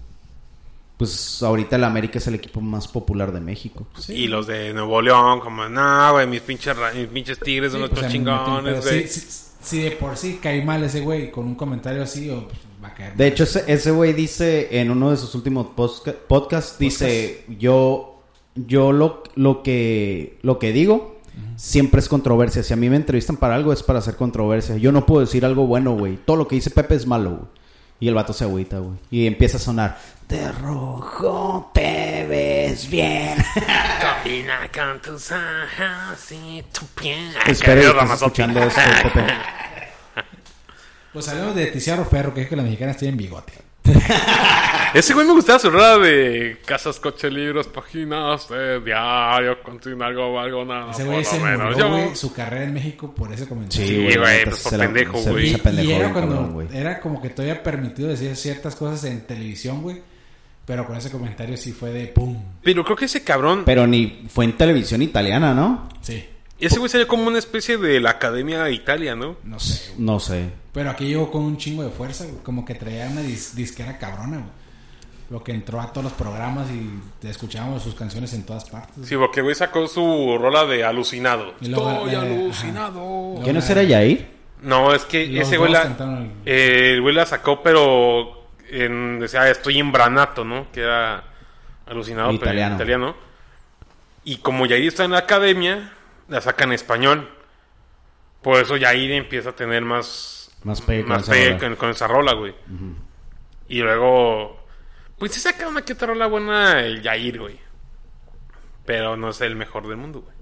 Speaker 1: pues ahorita el América es el equipo más popular de México.
Speaker 3: Y los de Nuevo León, como, no, güey, mis pinches, ra- mis pinches tigres
Speaker 2: Sí,
Speaker 3: son los
Speaker 2: pues,
Speaker 3: otros
Speaker 2: se metió un
Speaker 3: chingones,
Speaker 2: pedo.
Speaker 3: güey.
Speaker 2: Si, si- si de por sí cae mal ese güey con un comentario así, o pues, va a caer.
Speaker 1: De hecho, ese ese güey dice en uno de sus últimos posca- podcasts, dice, yo, yo lo, lo, que, lo que digo siempre es controversia. Si a mí me entrevistan para algo es para hacer controversia. Yo no puedo decir algo bueno, güey. Todo lo que dice Pepe es malo, güey. Y el vato se agüita, güey. Y empieza a sonar, de rojo te ves bien.
Speaker 3: Camina con tus ajas y tu piel.
Speaker 1: Espero que
Speaker 3: Querido
Speaker 1: estés
Speaker 3: Ramazotti.
Speaker 1: escuchando esto, Pepe.
Speaker 2: Pues hablamos de Tiziano Ferro, que es que las mexicanas tienen bigote.
Speaker 3: Ese güey me gustaba su rola de casas, coche, libros, páginas, de diario, contigo algo, algo, nada.
Speaker 2: Ese
Speaker 3: por
Speaker 2: güey
Speaker 3: lo
Speaker 2: se
Speaker 3: menos.
Speaker 2: murió,
Speaker 3: Yo-
Speaker 2: güey, su carrera en México por ese comentario.
Speaker 3: Sí, güey,
Speaker 1: neta,
Speaker 3: pues, por
Speaker 1: se la-
Speaker 3: pendejo,
Speaker 1: se-
Speaker 3: güey.
Speaker 1: se pendejó
Speaker 2: y era
Speaker 1: bien,
Speaker 2: cuando
Speaker 1: cabrón, güey.
Speaker 2: era como que todavía permitido decir ciertas cosas en televisión, güey. Pero con ese comentario sí fue de pum.
Speaker 3: Pero creo que ese cabrón,
Speaker 1: Pero ni fue en televisión italiana, ¿no?
Speaker 2: Sí,
Speaker 3: ese güey sería como una especie de la Academia de Italia, ¿no?
Speaker 2: no sé. güey.
Speaker 1: No sé.
Speaker 2: Pero aquí llegó con un chingo de fuerza, güey. Como que traía una dis- disquera cabrona, güey. Lo que entró a todos los programas y escuchábamos sus canciones en todas partes. güey.
Speaker 3: Sí, porque güey sacó su rola de alucinado.
Speaker 2: Mm. Y luego,
Speaker 3: Estoy
Speaker 2: eh,
Speaker 3: alucinado.
Speaker 2: ajá.
Speaker 1: ¿Quién no será Yair?
Speaker 3: No, es que
Speaker 2: Los
Speaker 3: ese güey
Speaker 2: dos
Speaker 3: la,
Speaker 2: cantaron el-
Speaker 3: eh, el güey la sacó, pero en, decía, estoy en Branato, ¿no? Que era alucinado, pero
Speaker 1: Italiano.
Speaker 3: en italiano. Y como Yair está en la academia, la saca en español. Por eso Yair empieza a tener más,
Speaker 1: Más pegue con
Speaker 3: más
Speaker 1: esa
Speaker 3: pegue
Speaker 1: rola.
Speaker 3: con, con esa rola, güey. Y luego, pues se saca una que otra rola buena el Yair, güey. Pero no es el mejor del mundo, güey.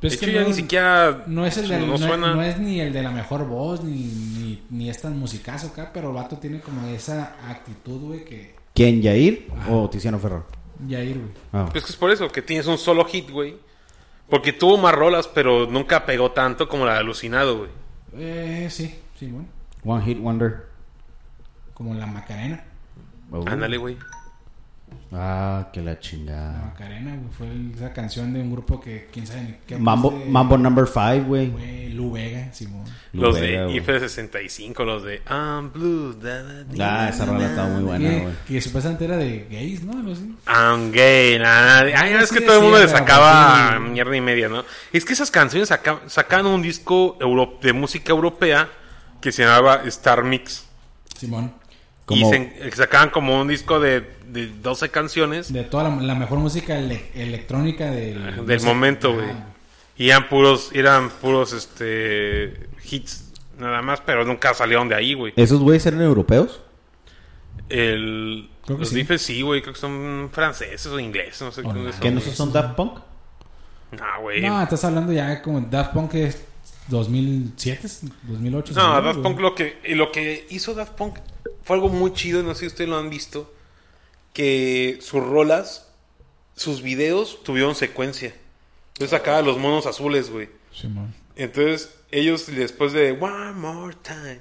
Speaker 2: Pues es
Speaker 3: de
Speaker 2: que
Speaker 3: hecho, ya
Speaker 2: no-
Speaker 3: ni siquiera
Speaker 2: No es el de,
Speaker 3: no
Speaker 2: no, es-
Speaker 3: suena.
Speaker 2: no es ni el de la mejor voz, ni, ni, ni es tan musicazo acá, pero el vato tiene como esa actitud, güey, que
Speaker 1: ¿Quién, Yair o Tiziano Ferro?
Speaker 2: Yair, güey.
Speaker 1: Ah.
Speaker 3: Pues que es por eso, que tienes un solo hit, güey. Porque tuvo más rolas, pero nunca pegó tanto como la de Alucinado, güey.
Speaker 2: Eh, sí, sí, bueno.
Speaker 1: One Hit Wonder.
Speaker 2: Como la Macarena.
Speaker 1: Oh.
Speaker 3: Ándale, güey.
Speaker 1: Ah, que la
Speaker 2: La
Speaker 1: chingada.
Speaker 2: Macarena, güey, fue el- esa canción de un grupo que quién sabe ni qué.
Speaker 1: Mambo,
Speaker 2: de-
Speaker 1: Mambo Number 5, güey.
Speaker 2: Güey, Lu Vega, Simón.
Speaker 3: Los
Speaker 1: Lubega,
Speaker 3: de
Speaker 1: güey.
Speaker 3: IFE 65, los de I'm Blue, da, da, di,
Speaker 1: Ah, esa rola está muy buena,
Speaker 2: que,
Speaker 1: güey.
Speaker 2: que supuestamente era de gays, ¿no? Algo así.
Speaker 3: I'm gay, na, na, di. Ay,
Speaker 2: Ah,
Speaker 3: es
Speaker 2: sí
Speaker 3: que todo el mundo le
Speaker 2: decía,
Speaker 3: sacaba
Speaker 2: sí.
Speaker 3: mierda y media, ¿no? Es que esas canciones saca- sacaban un disco euro- de música europea que se llamaba Star Mix.
Speaker 2: Simón.
Speaker 1: Como-
Speaker 3: Y se- sacaban como un disco de, de 12 canciones.
Speaker 2: De toda la, la mejor música ele- electrónica del,
Speaker 3: del momento,
Speaker 2: Ajá, Ah.
Speaker 3: güey. Y eran puros, eran puros, este, hits nada más, pero nunca salieron de ahí,
Speaker 2: Eh.
Speaker 3: güey.
Speaker 1: ¿Esos güeyes eran europeos?
Speaker 3: El,
Speaker 2: Creo que
Speaker 3: los
Speaker 2: sí.
Speaker 3: Diffes sí, güey, creo que son franceses o ingleses, no sé
Speaker 2: Hola.
Speaker 3: dónde son,
Speaker 1: ¿Que no
Speaker 3: güey.
Speaker 1: son Daft Punk?
Speaker 3: No, güey.
Speaker 2: No,
Speaker 3: No,
Speaker 2: estás hablando ya como Daft Punk que es 2007, 2008. seguro,
Speaker 3: Daft
Speaker 2: güey.
Speaker 3: Punk lo que, y lo que hizo Daft Punk fue algo muy chido, no sé si ustedes lo han visto, que sus rolas, sus videos tuvieron secuencia. Entonces sacaba los monos azules, güey.
Speaker 2: Simón.
Speaker 3: Entonces ellos después de One More Time.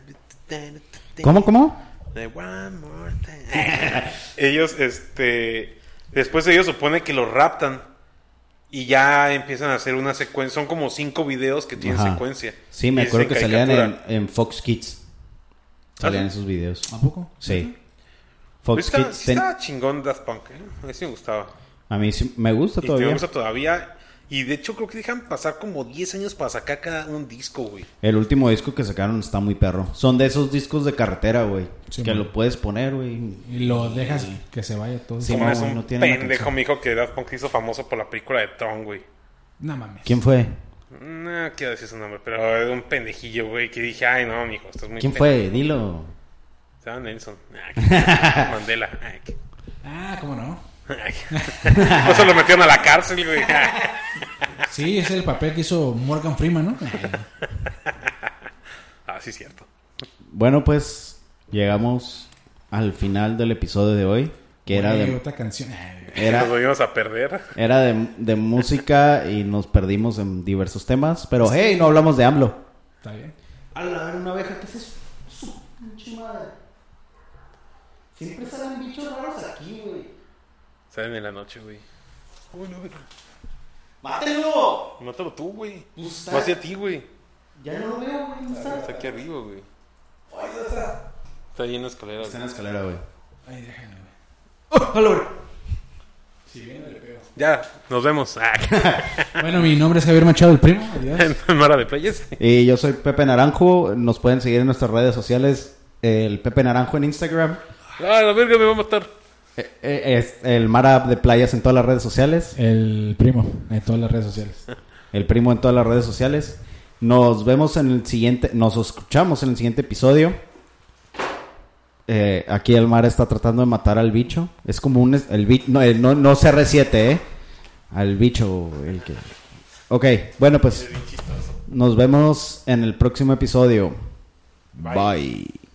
Speaker 1: ¿Cómo, cómo?
Speaker 3: De one more time. ellos, este. Después ellos supone que los raptan. Y ya empiezan a hacer una secuencia. Son como cinco videos que tienen
Speaker 1: Ajá.
Speaker 3: secuencia.
Speaker 1: Sí, me
Speaker 3: Y es
Speaker 1: acuerdo que
Speaker 3: en
Speaker 1: salían en,
Speaker 3: caricatura.
Speaker 1: en Fox Kids. Salían
Speaker 3: Ah,
Speaker 1: esos videos.
Speaker 2: ¿A poco?
Speaker 1: Sí.
Speaker 3: Pero
Speaker 1: Fox
Speaker 3: está-
Speaker 1: Kids.
Speaker 3: sí
Speaker 1: ten-
Speaker 3: estaba chingón Daft Punk. ¿eh? A mí sí me gustaba.
Speaker 1: A mí sí me gusta
Speaker 3: Y te
Speaker 1: todavía.
Speaker 3: gusta todavía. Y de hecho creo que dejan pasar como 10 años para sacar cada un disco, güey.
Speaker 1: El último disco que sacaron está muy perro. Son de esos discos de carretera, güey.
Speaker 2: Sí,
Speaker 1: que
Speaker 2: man.
Speaker 1: lo puedes poner, güey.
Speaker 2: Y lo dejas que se vaya todo.
Speaker 1: Sí,
Speaker 3: Como
Speaker 1: no,
Speaker 3: es
Speaker 1: güey,
Speaker 3: un
Speaker 1: no tiene la
Speaker 3: pendejo,
Speaker 1: canción.
Speaker 3: me dijo que Daft Punk hizo famoso por la película de Tron, güey.
Speaker 2: No mames.
Speaker 1: ¿Quién fue?
Speaker 3: No quiero decir su nombre, pero era un pendejillo, güey, que dije, ay, no, mijo, estás muy
Speaker 1: ¿Quién
Speaker 3: pendejo".
Speaker 1: fue? Dilo.
Speaker 3: Se llama Nelson. Ah, qué- Mandela. Ah, qué-
Speaker 2: Ah, ¿cómo no?
Speaker 3: Ay. Por eso lo metieron a la cárcel, güey. Ah,
Speaker 2: Sí, ese es el papel que hizo Morgan Freeman, ¿no? Eh,
Speaker 3: Ah, sí, cierto.
Speaker 1: Bueno, pues llegamos al final del episodio de hoy, que era
Speaker 2: Güey,
Speaker 1: de,
Speaker 2: otra canción. Ay,
Speaker 1: era,
Speaker 3: Nos volvimos a perder.
Speaker 1: era de, de música y nos perdimos en diversos temas, pero hey, no hablamos de AMLO.
Speaker 2: Está bien.
Speaker 6: A la ver, una abeja, ¿qué es eso? Su pinche madre. Siempre salen bichos raros aquí, güey.
Speaker 3: Salen en la noche, güey.
Speaker 6: ¡Mátenlo!
Speaker 3: Mátalo tú, güey.
Speaker 6: Pues está-
Speaker 3: Va hacia ti, güey. Ah,
Speaker 6: Ya no lo veo, güey. ¿Dónde está?
Speaker 3: Está aquí arriba, güey.
Speaker 6: Ay, ¿dónde está?
Speaker 3: Está ahí en la escalera. güey.
Speaker 1: escalera, güey.
Speaker 2: Ay, déjame, güey.
Speaker 6: ¡Hola, güey!
Speaker 2: Si bien, le pego.
Speaker 3: Ya, nos vemos. Ah,
Speaker 2: Bueno, mi nombre es Javier Machado, el primo. Adiós.
Speaker 3: en Mara de Playas.
Speaker 1: Y yo soy Pepe Naranjo, nos pueden seguir en nuestras redes sociales, el Pepe Naranjo en Instagram,
Speaker 3: Ah, la verga me va a matar.
Speaker 1: eh, eh, es el Mara de Playas en todas las redes sociales,
Speaker 2: El primo en todas las redes sociales.
Speaker 1: el primo en todas las redes sociales. Nos vemos en el siguiente, nos escuchamos en el siguiente episodio. Eh, aquí el Mara está tratando de matar al bicho. Es como un... es- El bi- no, el- no, no CR7, ¿eh? Al bicho, el que... Ok, bueno pues... Nos vemos en el próximo episodio. Bye.